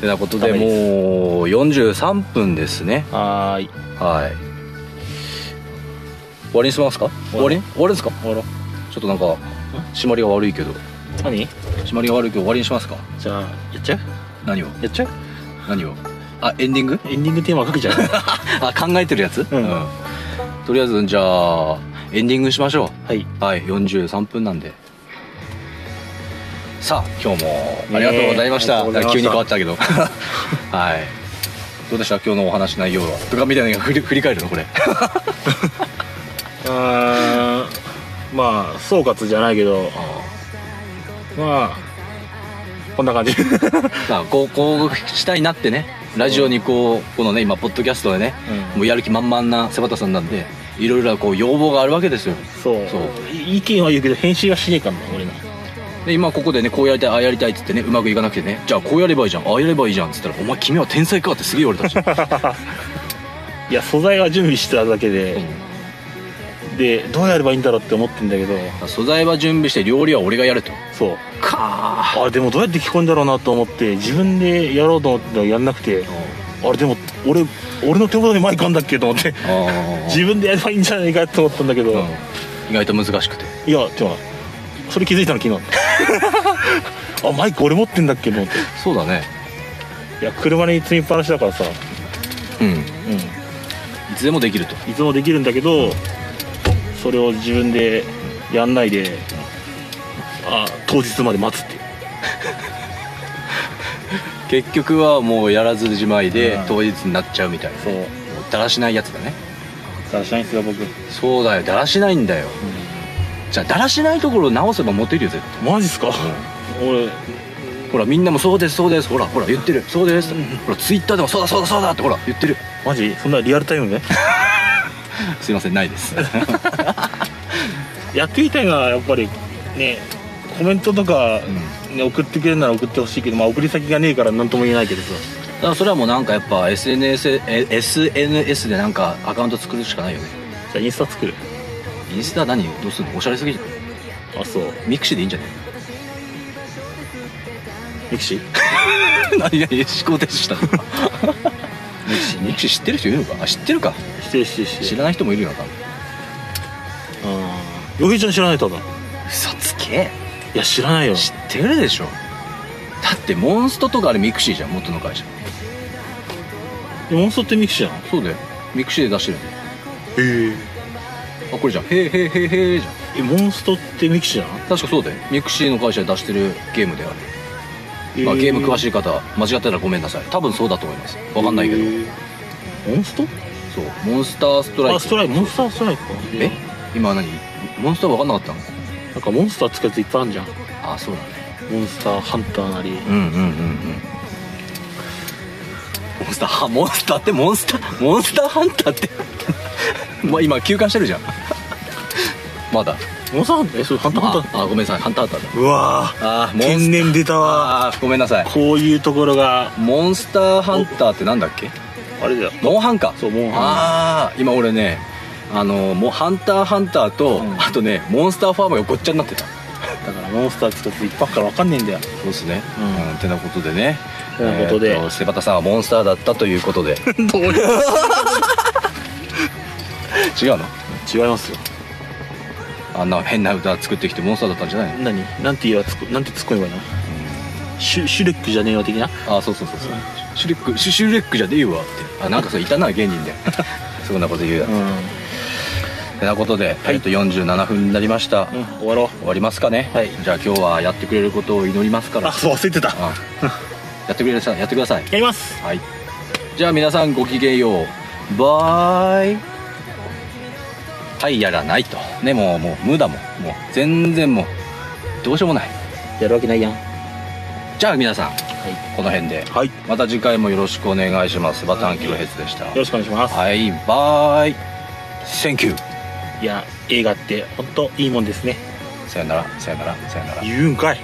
S1: てなことで
S2: ダメです
S1: もう43分ですね
S2: はーい
S1: はい終わりにしますか終わり終わりですか
S2: 終わろう
S1: ちょっとなんか締まりが悪いけど
S2: 何
S1: 締まりが悪いけど終わりにしますか
S2: じゃあやっちゃう
S1: 何を
S2: やっちゃう
S1: 何をあエンディング
S2: エンディングテーマ書くじゃん は
S1: あ考えてるやつ
S2: うん
S1: とりあえずじゃあエンディングしましょ
S2: いう
S1: はい43分なんでさあ今日もありがとうございました,、
S2: ねえありがとうございました
S1: 急に変わったけど はいどうでした今日のお話内容はとかみたいなのが振り振り返るのこ れ
S2: あーまあ総括じゃないけどまあこんな感じ
S1: さあこうこうしたいなってねラジオにこうこのね今ポッドキャストでね、
S2: うん
S1: もうやる気満々な瀬端さんなんでいろいろなこう要望があるわけですよ
S2: そう
S1: そう
S2: い意見は言うけど編集はしねえかんな俺な
S1: で今ここでねこうやりたいああやりたいっつってねうまくいかなくてねじゃあこうやればいいじゃんああやればいいじゃんっつったら「お前君は天才か」ってすげえ言われたし、
S2: いや素材は準備してただけで、でどうやればいいんだろうって思ってんだけど
S1: うん素材は準備して料理は俺がやると
S2: そう
S1: か
S2: あれでもどうやって聞こえんだろうなと思って自分でやろうと思ってたらやんなくてあれでも俺俺の手元にマイクあんだっけと思って
S1: ああ
S2: 自分でやればいいんじゃないかと思ったんだけど、
S1: うん
S2: い
S1: 意外と難しくて
S2: やでもそれ気づいたの昨日 あマイク俺持ってんだっけと思って
S1: そうだね
S2: いや車に積みっぱなしだからさ、う
S1: うんい
S2: ん、
S1: つでもできると
S2: いつもできるんだけどそれを自分でやんないであ当日まで待つっていう
S1: 結局はもうやらずじまいで
S2: うん
S1: 当日になっちゃうみたいな
S2: そう
S1: もうだらしないやつだね
S2: だらしないんですよ僕、
S1: そうだよだらしないんだよじゃあだらしないところを直せばモテるよ絶対
S2: マジっすか、俺
S1: ほらみんなもそうですそうですほらほら言ってるそうですほらツイッターでもそうだそうだそうだってほら言ってる
S2: マジそんなリアルタイムね
S1: すいませんないです
S2: やってみたいがやっぱりねコメントとか、ね、送ってくれるなら送ってほしいけどまあ送り先がねえから何とも言えないけどさ
S1: だからそれはもうなんかやっぱ SNS, え SNS でなんかアカウント作るしかないよね
S2: じゃあインスタ作る
S1: インスタ何どうすんのおしゃれすぎる
S2: あそう
S1: ミクシーでいいんじゃね
S2: ミクシー
S1: 何何思考停止 したミクシーミクシー知ってる人いるのかあ知ってるか
S2: してるしてるして
S1: 知
S2: る
S1: らない人もいるよな多分
S2: うん余計ちゃん知らないとだ
S1: 嘘つけ
S2: いや知らないよ
S1: 知ってるでしょだってモンストとかあれミクシーじゃん元の会社
S2: モンストってミクシーなの
S1: そうだよミクシーで出してるんだよ
S2: へ
S1: あこれじゃんへーへーへーへーじゃん
S2: えモンストってミクシーなの
S1: 確かそうだよミクシーの会社で出してるゲームである、まあ、ゲーム詳
S2: い
S1: しい方間違ってたらごめんなさい多分そうだと思いますわかんないけど、
S2: モンスト
S1: そうモンスターストライ
S2: あ
S1: ク
S2: ストライクモンスターストライクか
S1: え今何モンスターわかんなかったの
S2: なんかモンスター使うやついっぱいあるじゃん
S1: あそうだね
S2: モンスターハンターなり
S1: うんうんうんうんモンスター はモンスターってモンスターモンスターハンターって まあ今休館してるじゃん まだ
S2: モンスターハンターえそれハンターハン
S1: あ
S2: ター
S1: あごめんなさいハンターハンターだ
S2: うわー
S1: あーモンス
S2: 天然出たわ
S1: あーごめんなさい
S2: こういうところが
S1: モンスターハンターってなんだっけ
S2: あれだよ
S1: モンハンか
S2: そうモンハン
S1: ああ今俺ねあのもうハンターハンターと、
S2: うん
S1: あとねモンスターファームがごっちゃになってた
S2: だからモンスター使うやついっぱいあるからわかんねえんだよ
S1: そうですね
S2: う
S1: うん
S2: ん、
S1: てなことでね
S2: てなことで
S1: えー瀬端さんはモンスターだったということで
S2: どういう
S1: 違うの
S2: 違いますよ
S1: あんな変な歌作ってきてモンスターだったんじゃないの
S2: 何なんて言えばつくなんて突っ込めばいいのシュシュレックじゃねえよ的な
S1: あそうそうそうそうシュレックシュシュレックじゃねえわってあなんかそういたな芸人 でそんなこと言うやつ、てなことで、えっと47分になりました、
S2: うん終わろう
S1: 終わりますかね、
S2: はい
S1: じゃあ今日はやってくれることを祈ります から
S2: あそう忘れてたや
S1: あやってくれさやってください
S2: ります
S1: はいじゃあ皆さんごきげんようバイはいやらないとねもうもう無だもんもう全然もうどうしようもない
S2: やるわけないやん
S1: じゃあ皆さん
S2: は
S1: この辺で
S2: い、はい、よ
S1: また次回もよろしくお願いしますバタンキロヘッズでした
S2: ろしくお願いします
S1: はいバイセンキュー
S2: いや映画って本当いいもんですね
S1: さよならさよならさよなら
S2: 言うんかい